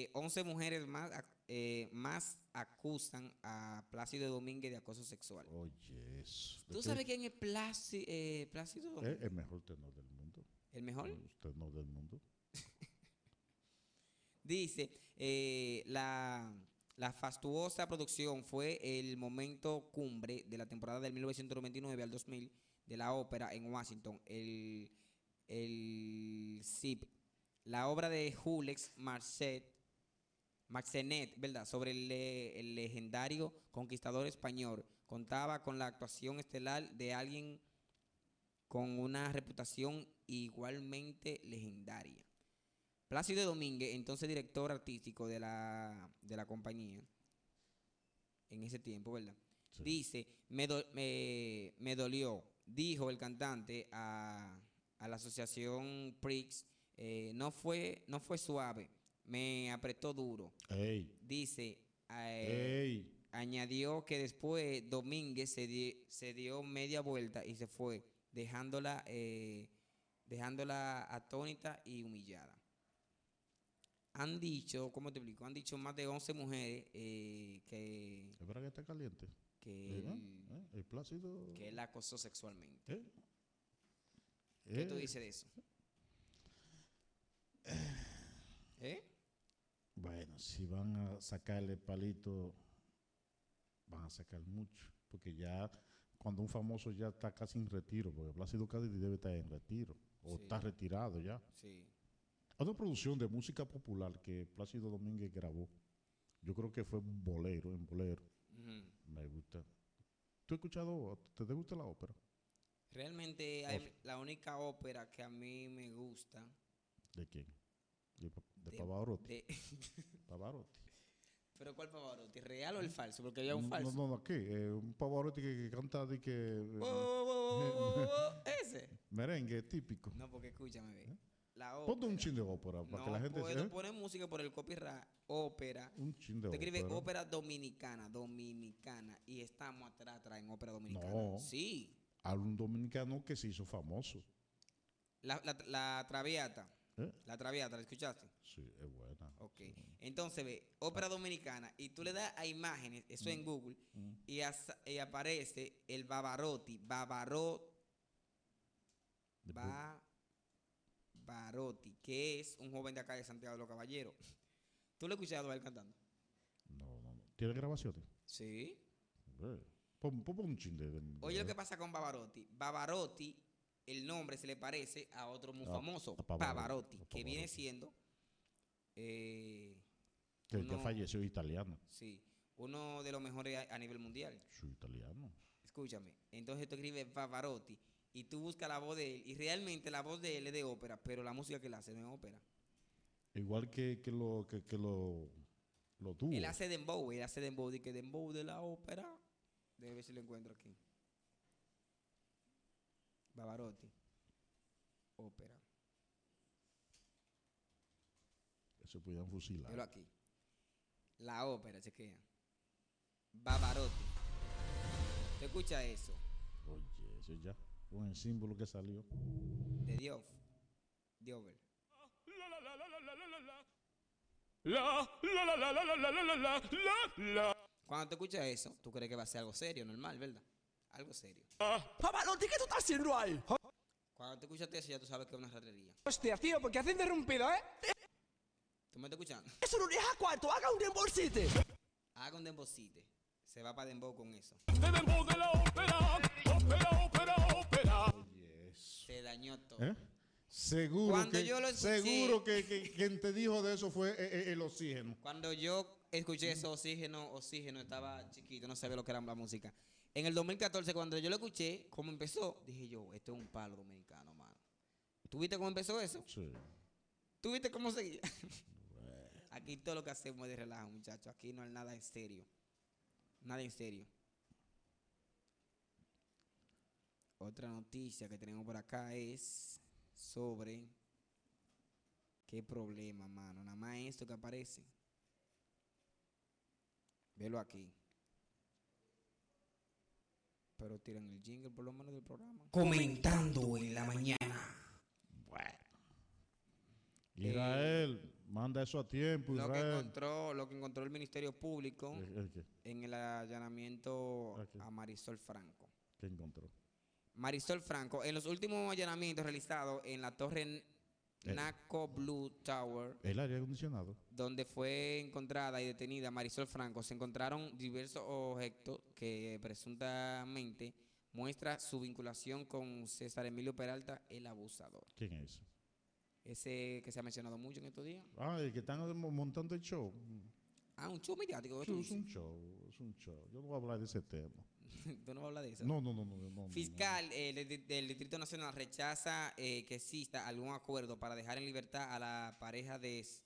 Speaker 2: eh, 11 mujeres más, ac- eh, más acusan a Plácido Domínguez de acoso sexual.
Speaker 1: Oye, eso. ¿De
Speaker 2: ¿Tú
Speaker 1: qué?
Speaker 2: sabes quién es Plácido, eh, Plácido
Speaker 1: Es
Speaker 2: Domínguez?
Speaker 1: el mejor tenor del mundo.
Speaker 2: ¿El mejor?
Speaker 1: El tenor del mundo.
Speaker 2: Dice, eh, la, la fastuosa producción fue el momento cumbre de la temporada del 1999 al 2000 de la ópera en Washington, el, el SIP. La obra de Jules Marcet, Marcenet, ¿verdad? Sobre el, le- el legendario conquistador español, contaba con la actuación estelar de alguien con una reputación igualmente legendaria. Plácido Domínguez, entonces director artístico de la, de la compañía, en ese tiempo, ¿verdad?
Speaker 1: Sí.
Speaker 2: Dice, me, do- me, me dolió, dijo el cantante a, a la asociación Prix, eh, no, fue, no fue suave, me apretó duro.
Speaker 1: Ey,
Speaker 2: Dice, eh,
Speaker 1: ey.
Speaker 2: añadió que después Domínguez se, di- se dio media vuelta y se fue, dejándola, eh, dejándola atónita y humillada. Han dicho, ¿cómo te explico? Han dicho más de 11 mujeres eh, que,
Speaker 1: Es verdad que está caliente.
Speaker 2: que,
Speaker 1: ¿verdad?
Speaker 2: él,
Speaker 1: ¿Eh? El plácido.
Speaker 2: que él la acosó sexualmente.
Speaker 1: ¿Eh?
Speaker 2: ¿Qué tú
Speaker 1: Eh,
Speaker 2: dices de eso? ¿Eh?
Speaker 1: Bueno, si van a sacarle palito, van a sacar mucho, porque ya cuando un famoso ya está casi en retiro, porque Plácido Cádiz debe estar en retiro, o
Speaker 2: Sí.
Speaker 1: está retirado ya.
Speaker 2: Sí.
Speaker 1: Hay una producción de música popular que Plácido Domínguez grabó, yo creo que fue un bolero, en bolero,
Speaker 2: Ujú.
Speaker 1: me gusta. ¿Tú has escuchado, te te gusta la ópera?
Speaker 2: Realmente hay- la única ópera que a mí me gusta
Speaker 1: ¿De quién? De, Pa- de
Speaker 2: De-
Speaker 1: Pavarotti.
Speaker 2: de,
Speaker 1: Pavarotti.
Speaker 2: ¿Pero cuál Pavarotti? ¿Real o el falso? Porque había un falso.
Speaker 1: No, no, no, ¿qué? Eh, un Pavarotti que, que canta de que... eh,
Speaker 2: Oh, oh, oh, oh,
Speaker 1: [laughs]
Speaker 2: oh, ¿Ese?
Speaker 1: Merengue típico.
Speaker 2: No, porque escúchame, ve.
Speaker 1: ¿Eh?
Speaker 2: La ópera.
Speaker 1: Ponte un chin de ópera para
Speaker 2: no
Speaker 1: que la gente
Speaker 2: puedo
Speaker 1: se- ¿eh?
Speaker 2: poner música por el copyright. Ópera.
Speaker 1: Un chin de
Speaker 2: Te escribe
Speaker 1: ópera.
Speaker 2: ópera dominicana, dominicana. Y estamos atrás, atrás en ópera dominicana.
Speaker 1: No.
Speaker 2: Sí.
Speaker 1: A un dominicano que se hizo famoso.
Speaker 2: La, la, la traviata.
Speaker 1: ¿eh?
Speaker 2: La traviata, ¿la escuchaste?
Speaker 1: Sí, es buena.
Speaker 2: Ok. Entonces, ve, ópera dominicana. Y tú le das a imágenes, eso en Google.
Speaker 1: Mm.
Speaker 2: Y, as- y aparece el Bavarotti. Bavarotti.
Speaker 1: Después-
Speaker 2: Barotti, que es un joven de acá de Santiago de los Caballeros. [laughs] ¿Tú lo escuchabas a él cantando?
Speaker 1: No, no, no. ¿Tiene grabaciones?
Speaker 2: Sí.
Speaker 1: Eh, Pon, pon- pon un chin de... de-
Speaker 2: Oye, lo
Speaker 1: de-
Speaker 2: que pasa con Bavarotti. Bavarotti, el nombre se le parece a otro muy
Speaker 1: A-
Speaker 2: famoso,
Speaker 1: Ah, a Pavarotti,
Speaker 2: Pavarotti,
Speaker 1: a
Speaker 2: que
Speaker 1: Pavarotti.
Speaker 2: viene siendo eh,
Speaker 1: que, que
Speaker 2: no.
Speaker 1: falleció italiano.
Speaker 2: sí, uno de los mejores a, a nivel mundial.
Speaker 1: Su italiano.
Speaker 2: Escúchame. Entonces tú escribes Bavarotti y tú buscas la voz de él, y realmente la voz de él es de ópera, pero la música que él hace no es ópera.
Speaker 1: Igual que, que lo que, que lo, lo tuvo.
Speaker 2: Él hace dembow, él hace dembow, de que dembow de la ópera. Déjame ver si lo encuentro aquí. Bavarotti. Ópera.
Speaker 1: Se pudieron
Speaker 2: Velo
Speaker 1: fusilar.
Speaker 2: aquí. La ópera, chequea. Bavarotti. ¿Te escucha eso?
Speaker 1: Oye, eso ya. Con el símbolo que salió.
Speaker 2: De Diof. Diover. Cuando te escuchas eso, tú crees que va a ser algo serio, normal, ¿verdad? Algo serio.
Speaker 3: Pavarotti, ¿qué tú estás haciendo ahí?
Speaker 2: Cuando te escuchas eso, ya tú sabes que es una ratería.
Speaker 3: Hostia, tío, porque has interrumpido, ¿eh?
Speaker 2: ¿Tú me estás escuchando?
Speaker 3: Eso no deja cuarto, haga un reembolsite.
Speaker 2: Haga un dembocite. Se va para dembow con eso.
Speaker 1: Oye, eso.
Speaker 2: Se dañó todo.
Speaker 1: ¿Eh? Seguro,
Speaker 2: Cuando
Speaker 1: que,
Speaker 2: yo lo escuché-
Speaker 1: seguro que, que- quien te dijo de eso fue eh, eh, el oxígeno.
Speaker 2: Cuando yo escuché eso, oxígeno, oxígeno, estaba chiquito, no sabía lo que era la música. En el 2014, cuando yo lo escuché, como empezó, dije yo, esto es un palo dominicano, mano. ¿Tú viste cómo empezó eso?
Speaker 1: Sí.
Speaker 2: ¿Tú viste cómo seguía? Aquí todo lo que hacemos es de relajo, muchachos. Aquí no hay nada en serio. Nada en serio. Otra noticia que tenemos por acá es sobre qué problema, mano. Nada más esto que aparece. Velo aquí. Pero tiran el jingle por lo menos del programa. Comentando en la mañana.
Speaker 1: Israel, manda eso a tiempo,
Speaker 2: Eh, Lo que
Speaker 1: Israel.
Speaker 2: encontró, lo que encontró el Ministerio Público.
Speaker 1: Eh, eh, ¿qué?
Speaker 2: en el allanamiento
Speaker 1: Aquí.
Speaker 2: a Marisol Franco.
Speaker 1: ¿Qué encontró?
Speaker 2: Marisol Franco, en los últimos allanamientos realizados en la torre N-
Speaker 1: Eh.
Speaker 2: Naco Blue Tower,
Speaker 1: El aire acondicionado.
Speaker 2: donde fue encontrada y detenida Marisol Franco, se encontraron diversos objetos que presuntamente muestra su vinculación con César Emilio Peralta, el abusador.
Speaker 1: ¿Quién es?
Speaker 2: Ese que se ha mencionado mucho en estos días.
Speaker 1: Ah, el que están mo- montando el show.
Speaker 2: Ah, un show mediático. ¿qué
Speaker 1: Sí,
Speaker 2: tú
Speaker 1: es un
Speaker 2: dices?
Speaker 1: show, es un show. Yo no voy a hablar de ese tema.
Speaker 2: [laughs] Tú no vas a hablar de eso.
Speaker 1: No, no, no, no. no, no, no.
Speaker 2: Fiscal eh, del, di- del Distrito Nacional rechaza eh, que exista algún acuerdo para dejar en libertad a la pareja de, S-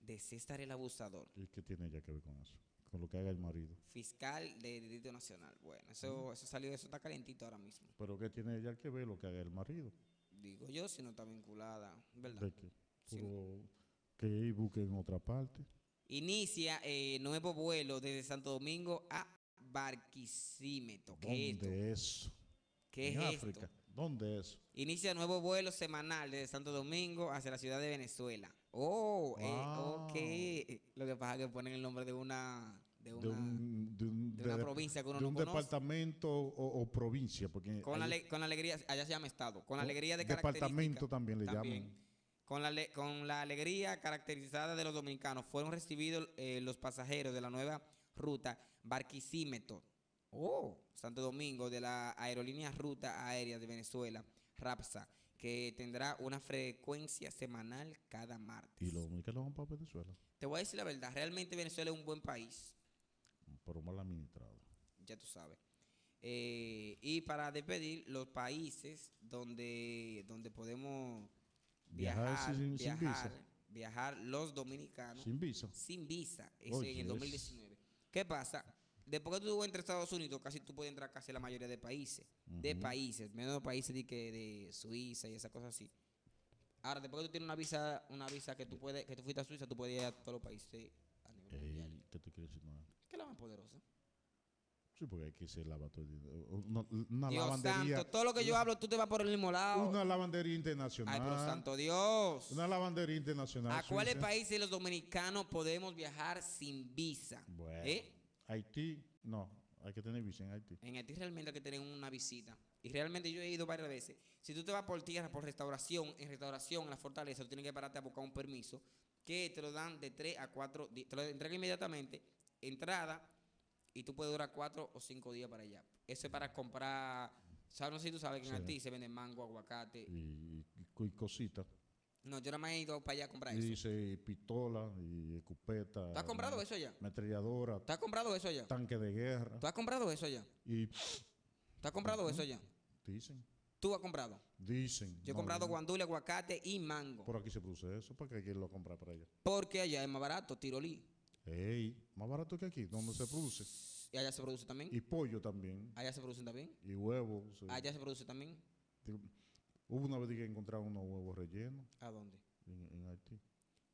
Speaker 2: de César el Abusador.
Speaker 1: ¿Y qué tiene ella que ver con eso? Con lo que haga el marido.
Speaker 2: Fiscal del Distrito Nacional. Bueno, eso, eso salió, eso está calentito ahora mismo.
Speaker 1: ¿Pero qué tiene ella que ver lo que haga el marido?
Speaker 2: Digo yo, si no está vinculada, ¿verdad?
Speaker 1: ¿De qué?
Speaker 2: Sí.
Speaker 1: Puro- Que ahí busquen en otra parte.
Speaker 2: Inicia eh, nuevo vuelo desde Santo Domingo a Barquisimeto. ¿Qué es esto?
Speaker 1: ¿Dónde eso?
Speaker 2: ¿Qué
Speaker 1: en
Speaker 2: es
Speaker 1: África.
Speaker 2: esto?
Speaker 1: ¿Dónde eso?
Speaker 2: Inicia nuevo vuelo semanal desde Santo Domingo hacia la ciudad de Venezuela. Oh,
Speaker 1: Wow.
Speaker 2: eh, ok. Lo que pasa es que ponen el nombre de una, de
Speaker 1: De,
Speaker 2: una,
Speaker 1: un, de, un-
Speaker 2: de
Speaker 1: de
Speaker 2: una
Speaker 1: dep-
Speaker 2: provincia que uno
Speaker 1: de
Speaker 2: no
Speaker 1: un
Speaker 2: conoce.
Speaker 1: departamento o, o provincia. Porque
Speaker 2: Con, la
Speaker 1: hay-
Speaker 2: ale- con la alegría, allá se llama Estado, con la
Speaker 1: ¿no?
Speaker 2: alegría de
Speaker 1: Departamento
Speaker 2: característica.
Speaker 1: también le
Speaker 2: también.
Speaker 1: llaman.
Speaker 2: Con la, ale- con la alegría caracterizada de los dominicanos fueron recibidos eh, los pasajeros de la nueva ruta Barquisimeto, oh, Santo Domingo, de la aerolínea Ruta Aérea de Venezuela, RAPSA, que tendrá una frecuencia semanal cada martes.
Speaker 1: Y los dominicanos van para Venezuela.
Speaker 2: Te voy a decir la verdad, realmente Venezuela es un buen país,
Speaker 1: Pero mal administrado.
Speaker 2: ya tú sabes. Eh, y para despedir, los países donde, donde podemos
Speaker 1: Viajar
Speaker 2: viajar,
Speaker 1: sin- sin
Speaker 2: viajar,
Speaker 1: visa.
Speaker 2: viajar los dominicanos
Speaker 1: Sin visa.
Speaker 2: sin visa eso
Speaker 1: Oye,
Speaker 2: en el
Speaker 1: es-
Speaker 2: 2019. ¿Qué pasa? Después que tú entres a Estados Unidos, casi tú puedes entrar casi a la mayoría de países. De
Speaker 1: Ujú.
Speaker 2: países, menos países de, que de Suiza y esas cosas así. Ahora, después que tú tienes una visa, una visa que tú puedes, que tú fuiste a Suiza, tú puedes ir a todos los países a nivel mundial.
Speaker 1: Ey, ¿Qué te quiero decir? No,
Speaker 2: ¿Qué es la más poderosa?
Speaker 1: Sí, porque aquí se lava todo el dinero. Una, una
Speaker 2: Dios
Speaker 1: lavandería.
Speaker 2: santo, todo lo que yo hablo, tú te vas por el mismo lado.
Speaker 1: Una lavandería
Speaker 2: Ay, pero
Speaker 1: internacional.
Speaker 2: santo Dios.
Speaker 1: Una lavandería internacional.
Speaker 2: ¿A cuáles
Speaker 1: Suiza,
Speaker 2: países los dominicanos podemos viajar sin visa?
Speaker 1: Bueno.
Speaker 2: ¿Eh?
Speaker 1: Haití. No, hay que tener visa en Haití.
Speaker 2: En Haití realmente hay que tener una visita. Y realmente yo he ido varias veces. Si tú te vas por tierra, por restauración, en restauración, en la fortaleza, tú tienes que pararte a buscar un permiso que te lo dan de 3 a 4 días. Te lo entregan inmediatamente, entrada, y tú puedes durar 4 o 5 días para allá. Eso es para comprar. ¿Sabes? No sé si tú sabes que en
Speaker 1: Sí.
Speaker 2: Haití se venden mango, aguacate.
Speaker 1: Y, y, y cositas.
Speaker 2: No, yo nada más he ido para allá a comprar
Speaker 1: Y
Speaker 2: eso.
Speaker 1: dice pistola, y escopeta.
Speaker 2: ¿Tú has comprado eso ya?
Speaker 1: Ametralladora,
Speaker 2: ¿Tú has comprado eso ya?
Speaker 1: tanque de guerra.
Speaker 2: ¿Tú has comprado eso ya?
Speaker 1: Y
Speaker 2: ¿Tú has comprado eso ya?
Speaker 1: dicen.
Speaker 2: ¿Tú has comprado?
Speaker 1: Dicen.
Speaker 2: Yo he
Speaker 1: no, no.
Speaker 2: comprado guandule, aguacate y mango.
Speaker 1: Por aquí se produce eso, porque aquí lo compra para allá.
Speaker 2: Porque allá es más barato, tirolí.
Speaker 1: Ey, más barato que aquí, donde se produce.
Speaker 2: Y allá se produce también.
Speaker 1: Y pollo también.
Speaker 2: Allá se produce también.
Speaker 1: Y huevos. sí.
Speaker 2: Allá se produce también.
Speaker 1: Ti- Hubo una vez que encontraron unos huevos rellenos
Speaker 2: ¿A dónde?
Speaker 1: en, en Haití.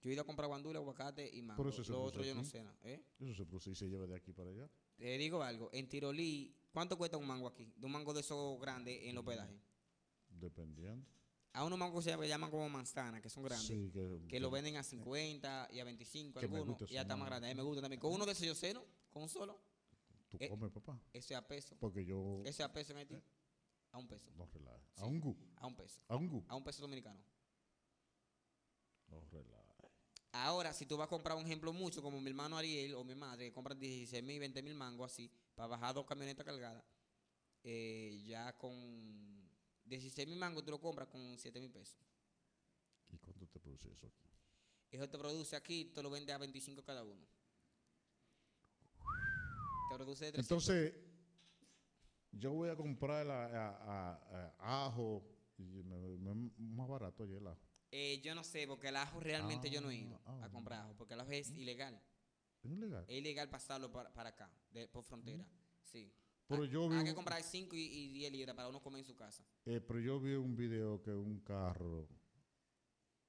Speaker 2: Yo he ido a comprar guandule, aguacate y mango.
Speaker 1: eso se
Speaker 2: Lo
Speaker 1: produce
Speaker 2: otro yo no
Speaker 1: aquí.
Speaker 2: sé nada. ¿eh?
Speaker 1: Eso se produce y se lleva de aquí para allá.
Speaker 2: Te digo algo, en Tirolí, ¿cuánto cuesta un mango aquí? De un mango de esos grandes en los hospedaje.
Speaker 1: Dependiendo.
Speaker 2: A unos mangos que se llaman como manzanas, que son grandes.
Speaker 1: Sí, que,
Speaker 2: Que lo venden a 50 y a 25
Speaker 1: Que me
Speaker 2: algunos.
Speaker 1: gusta
Speaker 2: Y ya
Speaker 1: esa
Speaker 2: está más
Speaker 1: mano.
Speaker 2: grande. A mí me gusta también. Con uno de esos yo ceno, con un solo.
Speaker 1: Tú
Speaker 2: eh,
Speaker 1: comes, papá.
Speaker 2: Eso es a peso.
Speaker 1: Porque yo.
Speaker 2: Eso es a peso en Haití. A un peso.
Speaker 1: No relaja.
Speaker 2: Sí.
Speaker 1: A un gu.
Speaker 2: A un peso.
Speaker 1: A un gu.
Speaker 2: A un peso dominicano.
Speaker 1: No relaja.
Speaker 2: Ahora, si tú vas a comprar un ejemplo mucho, como mi hermano Ariel o mi madre, que compran 16 mil, 20 mil mangos así, para bajar dos camionetas cargadas, eh, ya con 16 mil mangos tú lo compras con 7 mil pesos.
Speaker 1: ¿Y cuánto te produce eso aquí?
Speaker 2: Eso te produce aquí, te lo vende a 25 cada uno. Te produce 300.
Speaker 1: Entonces, yo voy a comprar la- a- a- a- ajo. y me- me- me- más barato allá el ajo.
Speaker 2: Eh, yo no sé, porque el ajo realmente yo no he ido
Speaker 1: Ah, ah,
Speaker 2: a comprar ajo, porque el ajo es ilegal.
Speaker 1: Es ilegal.
Speaker 2: Es ilegal pasarlo para, para acá, de- por frontera. Sí.
Speaker 1: Pero
Speaker 2: hay,
Speaker 1: yo
Speaker 2: hay
Speaker 1: vi
Speaker 2: que
Speaker 1: un-
Speaker 2: comprar 5 y, y 10 libras para uno comer en su casa.
Speaker 1: Eh, pero yo vi un video que un carro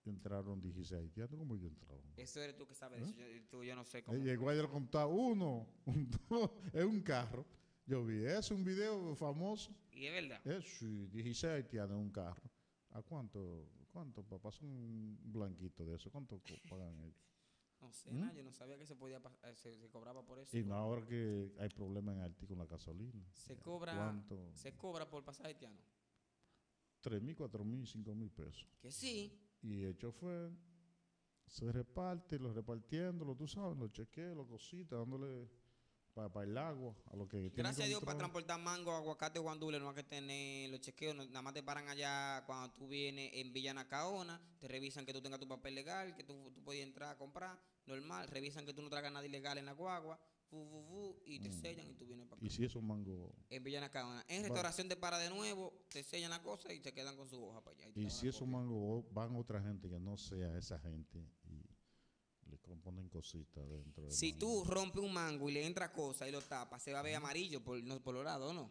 Speaker 1: entraron 16 haitianos. ¿Cómo yo entraron?
Speaker 2: Eso eres tú que sabes de eso. Yo, tú- yo no sé
Speaker 1: Eh,
Speaker 2: cómo.
Speaker 1: llegó ayer a contar uno, [laughs] un dos, es un carro. Yo vi eso, un video famoso.
Speaker 2: Y es verdad.
Speaker 1: Eh, sí, 16 haitianos en un carro. ¿A cuánto? ¿Cuánto, papá? Son un blanquito de eso. ¿Cuánto co- pagan ellos?
Speaker 2: No sé, nada, yo no sabía que se podía pas- eh, se, se cobraba por eso.
Speaker 1: Y no, ahora que hay problemas en Haití con la gasolina.
Speaker 2: se cobra
Speaker 1: ¿Cuánto?
Speaker 2: se cobra por pasar haitiano.
Speaker 1: 3 mil, 4 mil, 5 mil pesos.
Speaker 2: Que sí.
Speaker 1: Y el chofer se reparte, lo repartiéndolo, tú sabes, lo chequea, lo cosita, dándole para el agua a lo que tiene
Speaker 2: Gracias a Dios para
Speaker 1: control.
Speaker 2: transportar mango, aguacate o guandule no hay que tener los chequeos, no- nada más te paran allá cuando tú vienes en Villa Nacaona, te revisan que tú tengas tu papel legal, que tú, tú puedes entrar a comprar, normal, revisan que tú no tragas nada ilegal en la guagua, fu, fu, fu, y te sellan y tú vienes para acá.
Speaker 1: Mm. Y si es un mango,
Speaker 2: En Villa Nacaona. En restauración te para de nuevo, te sellan la cosa y te quedan con su hoja para allá. te
Speaker 1: y
Speaker 2: dan
Speaker 1: si
Speaker 2: una
Speaker 1: es un
Speaker 2: copia.
Speaker 1: mango, o- van otra gente que no sea esa gente y le componen cositas dentro. del
Speaker 2: Si
Speaker 1: mango.
Speaker 2: tú rompes un mango y le entra cosa y lo tapas, se va a ver amarillo por, no, por lado, ¿no?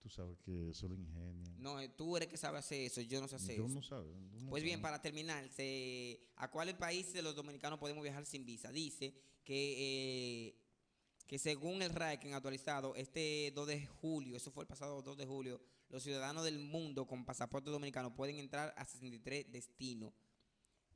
Speaker 1: Tú sabes que eso lo ingenian.
Speaker 2: No, eh, tú eres que sabe hacer eso, yo no sé hacer
Speaker 1: Yo
Speaker 2: eso.
Speaker 1: no sabes. yo no
Speaker 2: Pues bien,
Speaker 1: sé.
Speaker 2: para terminar, se- ¿a cuáles países los dominicanos podemos viajar sin visa? Dice que, eh, que según el RAE que han actualizado, este 2 de julio, eso fue el pasado 2 de julio, los ciudadanos del mundo con pasaporte dominicano pueden entrar a 63 destinos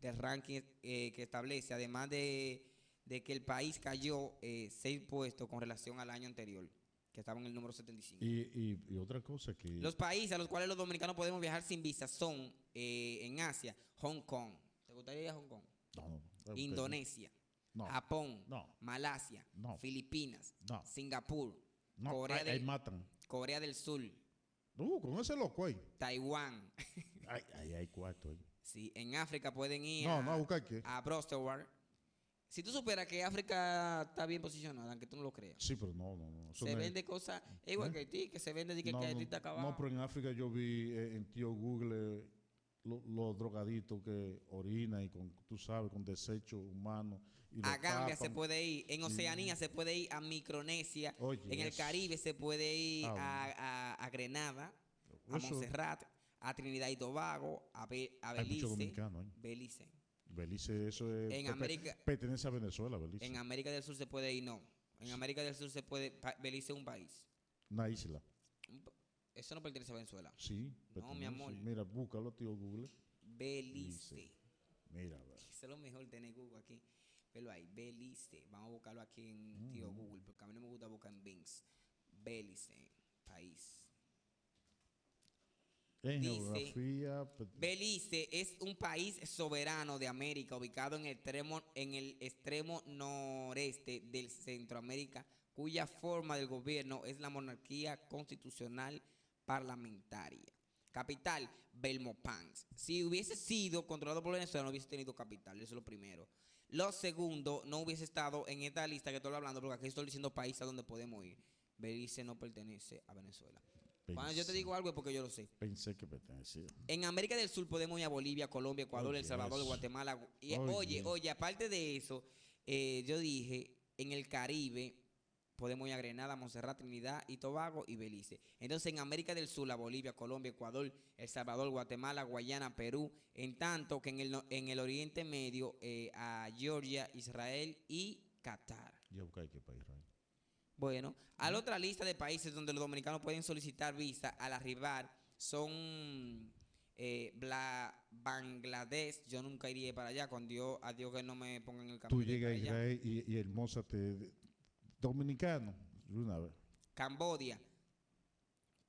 Speaker 2: del ranking eh, que establece, además de, de que el país cayó 6 puestos con relación al año anterior, que estaba en el número 75.
Speaker 1: Y, y, y otra cosa que...
Speaker 2: Los países a los cuales los dominicanos podemos viajar sin visa son eh, en Asia, Hong Kong. ¿Te gustaría ir a Hong Kong?
Speaker 1: No, no, no, ok,
Speaker 2: Indonesia, ah,
Speaker 1: No,
Speaker 2: Japón,
Speaker 1: No.
Speaker 2: Malasia,
Speaker 1: No.
Speaker 2: Filipinas,
Speaker 1: No.
Speaker 2: Singapur,
Speaker 1: no,
Speaker 2: Corea,
Speaker 1: ahí, ahí
Speaker 2: del,
Speaker 1: matan.
Speaker 2: Corea del Sur,
Speaker 1: Uh, con ese loco ahí.
Speaker 2: Taiwán. [laughs]
Speaker 1: Ay, ahí hay cuarto ahí.
Speaker 2: sí, en África pueden ir
Speaker 1: No,
Speaker 2: a,
Speaker 1: no, a buscar qué.
Speaker 2: a Brostowar. Si tú supieras que África está bien posicionada, aunque tú no lo creas.
Speaker 1: Sí, pero no, no, no. eso
Speaker 2: Se
Speaker 1: no es-
Speaker 2: vende cosas, es igual que Haití, que se vende de que,
Speaker 1: ¿Eh? no,
Speaker 2: que
Speaker 1: no,
Speaker 2: Haití está acabado.
Speaker 1: no, pero en África yo vi eh, en tío Google eh, lo- los drogaditos que orinan y con, tú sabes, con desecho humano. Y lo
Speaker 2: A Gambia se
Speaker 1: tapan.
Speaker 2: puede ir, en Oceanía se puede ir a Micronesia,
Speaker 1: Oye,
Speaker 2: en el
Speaker 1: eso.
Speaker 2: Caribe se puede ir
Speaker 1: Ah,
Speaker 2: a, a- a Grenada, a
Speaker 1: Eso-
Speaker 2: Montserrat, a Trinidad y Tobago, a, Be- a
Speaker 1: Hay muchos
Speaker 2: Belice.
Speaker 1: dominicanos ahí.
Speaker 2: Belice.
Speaker 1: Belice, eso es.
Speaker 2: En
Speaker 1: pe- pe-
Speaker 2: América-
Speaker 1: Pertenece a Venezuela, Belice.
Speaker 2: En América del Sur se puede ir, no. En América del Sur se puede, pa- Belice es un país.
Speaker 1: Una isla.
Speaker 2: Un pa- Eso no pertenece a Venezuela.
Speaker 1: Sí.
Speaker 2: No, mi
Speaker 1: pertenece.
Speaker 2: amor.
Speaker 1: Mira, búscalo, tío Google.
Speaker 2: Belice.
Speaker 1: Mira, a ver.
Speaker 2: Eso es lo mejor tener Google aquí. Velo ahí, Belice. Vamos a buscarlo aquí en
Speaker 1: Mm.
Speaker 2: tío Google, porque a mí no me gusta buscar en Bings. Belice, país.
Speaker 1: En
Speaker 2: Dice-
Speaker 1: geografía. pe-
Speaker 2: Belice es un país soberano de América ubicado en el extremo, en el extremo noreste del Centroamérica, cuya forma del gobierno es la monarquía constitucional parlamentaria. Capital, Belmopans. Si hubiese sido controlado por Venezuela, no hubiese tenido capital, eso es lo primero. Lo segundo, no hubiese estado en esta lista que estoy hablando, porque aquí estoy diciendo países a donde podemos ir. Belice no pertenece a Venezuela. Cuando yo te
Speaker 1: Pensé-
Speaker 2: digo algo es porque yo lo sé.
Speaker 1: Pensé que pertenecía.
Speaker 2: En América del Sur podemos ir a Bolivia, Colombia, Ecuador,
Speaker 1: Oh,
Speaker 2: El Salvador,
Speaker 1: yes.
Speaker 2: Guatemala. Gu- y-
Speaker 1: Oh,
Speaker 2: oye,
Speaker 1: yes.
Speaker 2: oye, aparte de eso, eh, yo dije, en el Caribe podemos ir a Grenada, Montserrat, Trinidad y Tobago y Belice. Entonces, en América del Sur, la Bolivia, Colombia, Ecuador, El Salvador, Guatemala, Guayana, Perú. En tanto que en el, no- en el Oriente Medio, eh, a Georgia, Israel y Qatar.
Speaker 1: Yo busqué qué país, Ray.
Speaker 2: Bueno, a la otra lista de países donde los dominicanos pueden solicitar visa al arribar son eh, Bla- Bangladesh. Yo nunca iría para allá, con Dios, a Dios que no me pongan en el camino.
Speaker 1: Tú
Speaker 2: de
Speaker 1: llegas a
Speaker 2: para allá.
Speaker 1: Israel y, y hermosa te. Dominicano, de una vez.
Speaker 2: Eh. Cambodia.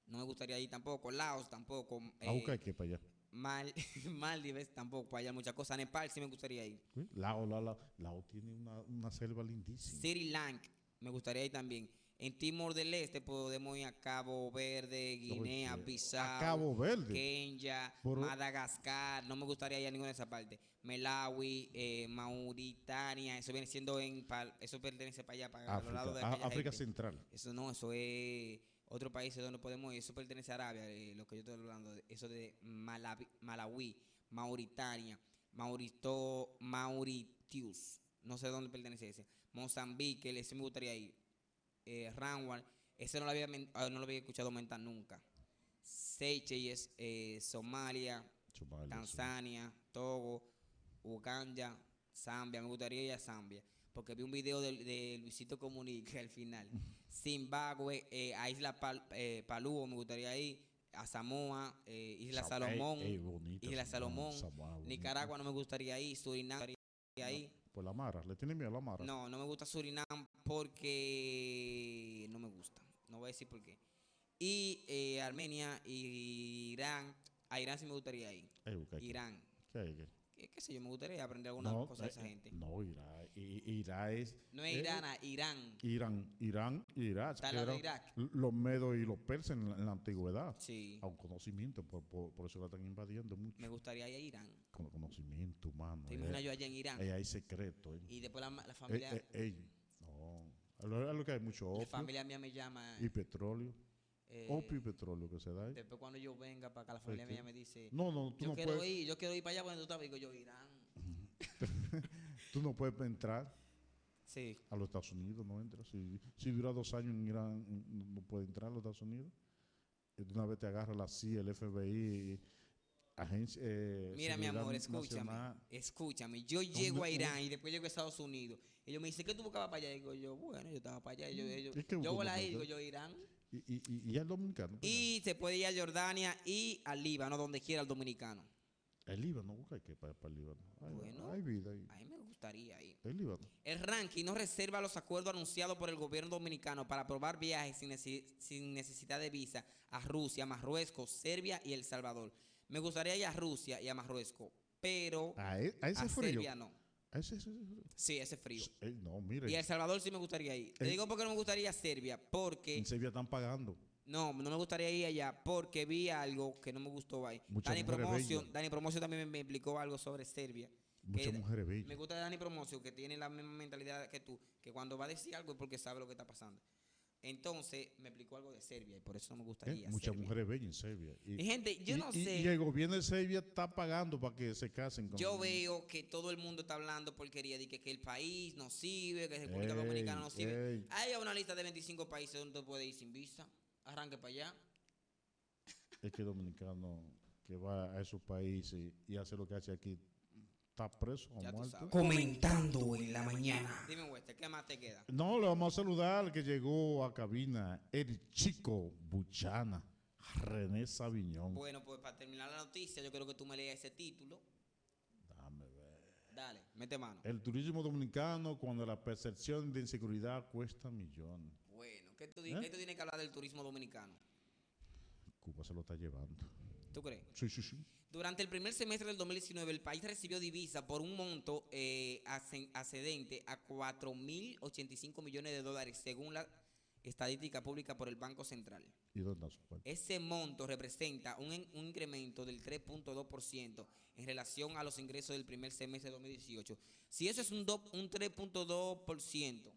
Speaker 2: No me gustaría ir tampoco. Laos tampoco.
Speaker 1: a
Speaker 2: eh,
Speaker 1: buscar qué para allá.
Speaker 2: Mal- [laughs] Maldives tampoco. Para allá muchas cosas. Nepal sí me gustaría ir.
Speaker 1: Uy, Lao, Lao, Lao, Lao tiene una, una selva lindísima.
Speaker 2: Sri Lanka me gustaría ir también. En Timor del Este podemos ir a Cabo Verde, Guinea,
Speaker 1: Oye,
Speaker 2: Bissau.
Speaker 1: A Cabo Verde.
Speaker 2: Kenya,
Speaker 1: Por-
Speaker 2: Madagascar, no me gustaría ir a ninguna de esas partes. Malawi, eh, Mauritania, eso viene siendo en pal- eso pertenece para allá, para los lados de
Speaker 1: África, a-
Speaker 2: aquella
Speaker 1: África
Speaker 2: gente.
Speaker 1: Central.
Speaker 2: Eso no, eso es otro país donde podemos ir, eso pertenece a Arabia, eh, lo que yo estoy hablando, de- eso de Malawi, Malawi Mauritania, Maurito, Mauritius, no sé dónde pertenece ese, Mozambique, ese me gustaría ir, eh, Rangwan, ese no lo había, men- ah, no lo había escuchado mentar nunca. Seychelles, eh, Somalia,
Speaker 1: Somalia,
Speaker 2: Tanzania, Togo, Uganda, Zambia. Me gustaría ir a Zambia. Porque vi un video de, de Luisito Comunica [laughs]
Speaker 1: [laughs]
Speaker 2: al final. Zimbabue, eh, a Isla Pal- eh, Palú, me gustaría ir. A Samoa, eh, Isla
Speaker 1: Sa-
Speaker 2: Salomón,
Speaker 1: Ey, ey, bonita
Speaker 2: Isla
Speaker 1: Samoa,
Speaker 2: Salomón,
Speaker 1: Samoa, bonita.
Speaker 2: Nicaragua, no me gustaría ir. Surinam, no me gustaría ir.
Speaker 1: Por la Mara. ¿Le tiene miedo a la Mara?
Speaker 2: No, no me gusta Surinam porque no me gusta. No voy a decir por qué. Y eh, Armenia, Irán. A Irán sí me gustaría ir.
Speaker 1: Ey, busca aquí.
Speaker 2: Irán.
Speaker 1: ¿Qué hay aquí?
Speaker 2: ¿Qué, qué sé yo? Me gustaría aprender alguna cosa de
Speaker 1: eh,
Speaker 2: esa
Speaker 1: eh,
Speaker 2: gente.
Speaker 1: No, Irán. I- Irán es.
Speaker 2: No es
Speaker 1: eh,
Speaker 2: Irana, Irán.
Speaker 1: Irán, Irán, Irak.
Speaker 2: Está al
Speaker 1: que
Speaker 2: lado de
Speaker 1: eran
Speaker 2: Irak.
Speaker 1: l- Los medos y los persas en la, en la antigüedad.
Speaker 2: Sí.
Speaker 1: A un conocimiento, por, por- por eso la están invadiendo mucho.
Speaker 2: Me gustaría ir a Irán.
Speaker 1: Con conocimiento humano.
Speaker 2: Te
Speaker 1: eh,
Speaker 2: imaginas yo allá en Irán.
Speaker 1: eh, hay secreto. eh.
Speaker 2: Y después la, ma- la
Speaker 1: Eh,
Speaker 2: familia,
Speaker 1: eh, ey, no. A lo, a lo que hay mucho
Speaker 2: la
Speaker 1: opio
Speaker 2: familia mía me llama.
Speaker 1: y petróleo.
Speaker 2: eh,
Speaker 1: opio y petróleo que se da ahí.
Speaker 2: después cuando yo venga para acá, la familia
Speaker 1: Este,
Speaker 2: mía me dice,
Speaker 1: No, no, tú
Speaker 2: yo
Speaker 1: no,
Speaker 2: quiero
Speaker 1: puedes,
Speaker 2: ir, yo quiero ir para allá cuando tú estabas. Digo yo, Irán.
Speaker 1: tú no puedes entrar
Speaker 2: Sí.
Speaker 1: a los Estados Unidos, no entras. Si, si dura dos años en Irán, no, no puedes entrar a los Estados Unidos. Y de una vez te agarra la CIA, el FBI, agencia. eh,
Speaker 2: Mira, mi
Speaker 1: Seguridad
Speaker 2: amor, escúchame.
Speaker 1: Nacional.
Speaker 2: Escúchame. Yo
Speaker 1: ¿Dónde-
Speaker 2: llego a
Speaker 1: dónde?
Speaker 2: Irán y después llego a Estados Unidos. Ellos me dicen, ¿qué tú buscabas para allá? Digo yo, bueno, yo estaba para allá. Yo, yo,
Speaker 1: ¿y qué
Speaker 2: yo
Speaker 1: buscó
Speaker 2: voy
Speaker 1: para
Speaker 2: ahí, digo
Speaker 1: allá?
Speaker 2: yo, Irán.
Speaker 1: Y, y, y, y al dominicano. pues,
Speaker 2: Y se puede ir a Jordania y al Líbano, donde quiera el dominicano.
Speaker 1: ya. El Líbano, busca que para, el Líbano. Hay,
Speaker 2: Bueno.
Speaker 1: hay vida ahí.
Speaker 2: A mí me gustaría ir.
Speaker 1: El Líbano.
Speaker 2: El ranking no reserva los acuerdos anunciados por el gobierno dominicano para aprobar viajes sin, nece- sin necesidad de visa a Rusia, Marruecos, Serbia y El Salvador. Me gustaría ir a Rusia y a Marruecos, pero
Speaker 1: A, e- a ese
Speaker 2: a
Speaker 1: frío.
Speaker 2: Serbia no.
Speaker 1: A ese, ese- ese-
Speaker 2: Sí, ese frío.
Speaker 1: eh, no, mire.
Speaker 2: Y a El Salvador sí me gustaría ir. Te
Speaker 1: Eh.
Speaker 2: digo porque no me gustaría Serbia, porque
Speaker 1: En Serbia están pagando.
Speaker 2: No, no me gustaría ir allá porque vi algo que no me gustó ahí.
Speaker 1: Muchas
Speaker 2: Dani
Speaker 1: mujeres
Speaker 2: Promocio,
Speaker 1: bellas.
Speaker 2: Dani Promocio también me, me explicó algo sobre Serbia.
Speaker 1: Muchas
Speaker 2: que
Speaker 1: mujeres
Speaker 2: Me
Speaker 1: bellas.
Speaker 2: gusta de Dani Promocio que tiene la misma mentalidad que tú, que cuando va a decir algo es porque sabe lo que está pasando. Entonces me explicó algo de Serbia y por eso no me
Speaker 1: eh,
Speaker 2: gustaría.
Speaker 1: Muchas
Speaker 2: Serbia.
Speaker 1: mujeres bellas en Serbia. Y,
Speaker 2: Y gente, yo
Speaker 1: y-
Speaker 2: no
Speaker 1: y-
Speaker 2: sé.
Speaker 1: y el gobierno de Serbia está pagando para que se casen con
Speaker 2: Yo veo que todo el mundo está hablando porquería de que, que el país no sirve, que República
Speaker 1: Ey,
Speaker 2: Dominicana no sirve.
Speaker 1: ey.
Speaker 2: Hay una lista de 25 países donde puede ir sin visa. Arranque para allá.
Speaker 1: Es que el dominicano que va a esos países y hace lo que hace aquí está preso o
Speaker 2: Ya tú
Speaker 1: muerto.
Speaker 2: sabes.
Speaker 4: Comentando en la mañana.
Speaker 2: Dime, Wester, ¿qué más te queda?
Speaker 1: No, le vamos a saludar al que llegó a cabina, el chico Buchana, René Sabiñón.
Speaker 2: Bueno, pues para terminar la noticia, yo creo que tú me leas ese título.
Speaker 1: Dame ver.
Speaker 2: Dale, mete mano.
Speaker 1: El turismo dominicano cuando la percepción de inseguridad cuesta millones.
Speaker 2: Bueno, ¿qué tú, di-
Speaker 1: ¿Eh?
Speaker 2: qué tú tienes que hablar del turismo dominicano?
Speaker 1: Cuba se lo está llevando.
Speaker 2: ¿Tú crees?
Speaker 1: Sí, sí, sí.
Speaker 2: Durante el primer semestre del 2019, el país recibió divisa por un monto eh, ascen- ascendente a 4.085 millones de dólares, según la estadística pública por el Banco Central.
Speaker 1: ¿Y dónde está su cuenta?
Speaker 2: Ese monto representa un, en- un incremento del 3.2% en relación a los ingresos del primer semestre de 2018. Si eso es un, do- un 3.2%,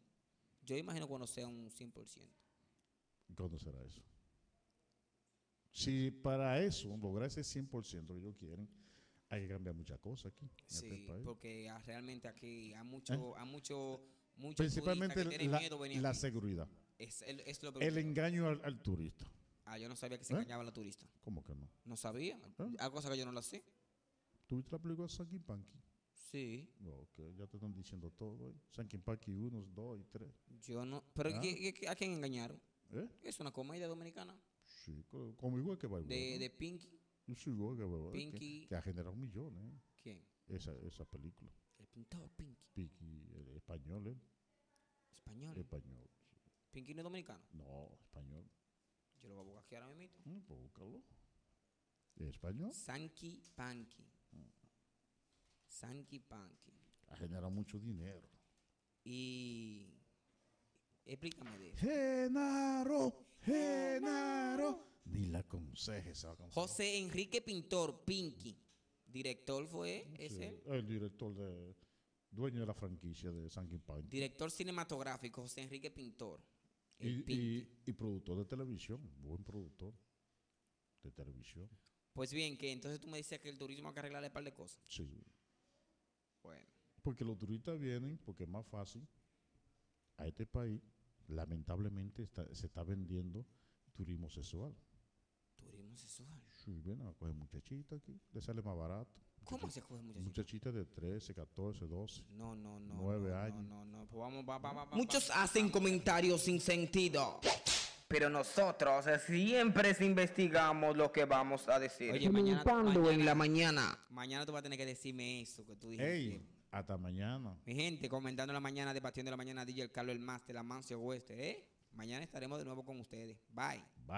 Speaker 2: yo imagino cuando sea un 100%.
Speaker 1: ¿Cuándo será eso? Si para eso, lograr ese 100% que ellos quieren, hay que cambiar muchas cosas aquí. en este
Speaker 2: Sí,
Speaker 1: país.
Speaker 2: porque ah, realmente aquí hay mucho, hay mucho, mucho
Speaker 1: ¿Eh? Principalmente
Speaker 2: que tienen
Speaker 1: la,
Speaker 2: miedo venir
Speaker 1: la
Speaker 2: aquí.
Speaker 1: seguridad.
Speaker 2: Es, el- es lo
Speaker 1: El
Speaker 2: primero.
Speaker 1: engaño al, al turista.
Speaker 2: Ah, yo no sabía que se
Speaker 1: ¿Eh?
Speaker 2: engañaban los turistas.
Speaker 1: ¿Cómo que no?
Speaker 2: No sabía. Hay cosas que yo no las sé.
Speaker 1: ¿Tuviste la película Sanky Panky?
Speaker 2: Sí.
Speaker 1: No, que ya te están diciendo todo. ¿eh? Sanky Panky 1, 2 y 3.
Speaker 2: Yo no. Pero
Speaker 1: Ah.
Speaker 2: ¿qué- qué- qué- ¿a quién engañaron?
Speaker 1: ¿Eh?
Speaker 2: Es una comedia dominicana
Speaker 1: Sí, co- como igual que Baibú.
Speaker 2: de, de Pinky.
Speaker 1: Yo soy igual que Baibú.
Speaker 2: Pinky.
Speaker 1: Que, que ha generado millones ¿eh?
Speaker 2: ¿Quién?
Speaker 1: esa, esa película.
Speaker 2: El pintor Pinky.
Speaker 1: Pinky, el español, ¿eh?
Speaker 2: Español.
Speaker 1: Español.
Speaker 2: Pinky no es dominicano.
Speaker 1: No, español.
Speaker 2: Yo lo voy a buscar aquí ahora mismo.
Speaker 1: Mm, pues búscalo. Español.
Speaker 2: Sanky Panky. Sanky Panky.
Speaker 1: Ha generado mucho dinero.
Speaker 2: Y. Explícame
Speaker 1: [laughs]
Speaker 2: de eso.
Speaker 1: Genaro, Genaro. Ni la aconsejes esa canción.
Speaker 2: José Enrique Pintor, Pinky. Director fue, es
Speaker 1: Sí,
Speaker 2: él.
Speaker 1: El director de. Dueño de la franquicia de Sanky Panky.
Speaker 2: Director cinematográfico, José Enrique Pintor. El
Speaker 1: Y,
Speaker 2: Pinky.
Speaker 1: y- y productor de televisión, buen productor de televisión.
Speaker 2: Pues bien, que entonces tú me decías que el turismo hay que arreglarle un par de cosas.
Speaker 1: Sí.
Speaker 2: Bueno,
Speaker 1: Porque los turistas vienen porque es más fácil a este país. Lamentablemente está- se está vendiendo turismo sexual.
Speaker 2: turismo sexual.
Speaker 1: Sí, vienen a coger muchachitas aquí, le sale más barato.
Speaker 2: ¿Cómo se coge muchachos?
Speaker 1: Muchachitas de 13, 14, 12.
Speaker 2: No, no, no.
Speaker 1: Nueve
Speaker 2: no,
Speaker 1: años.
Speaker 2: No, no, no. Pues vamos, va, va, va, va,
Speaker 4: Muchos hacen comentarios sin sentido. Pero nosotros siempre investigamos lo que vamos a decir.
Speaker 2: Oye, mañana-
Speaker 4: Comentando en
Speaker 2: mañana-
Speaker 4: la mañana.
Speaker 2: va. Mañana tú vas a tener que decirme eso que tú dijiste.
Speaker 1: ¡Ey! Hasta mañana.
Speaker 2: Mi gente, comentando la mañana, debatiendo la mañana, DJ el Carlos el Master, la Mancio Oeste, ¿eh? Mañana estaremos de nuevo con ustedes. Bye.
Speaker 1: Bye.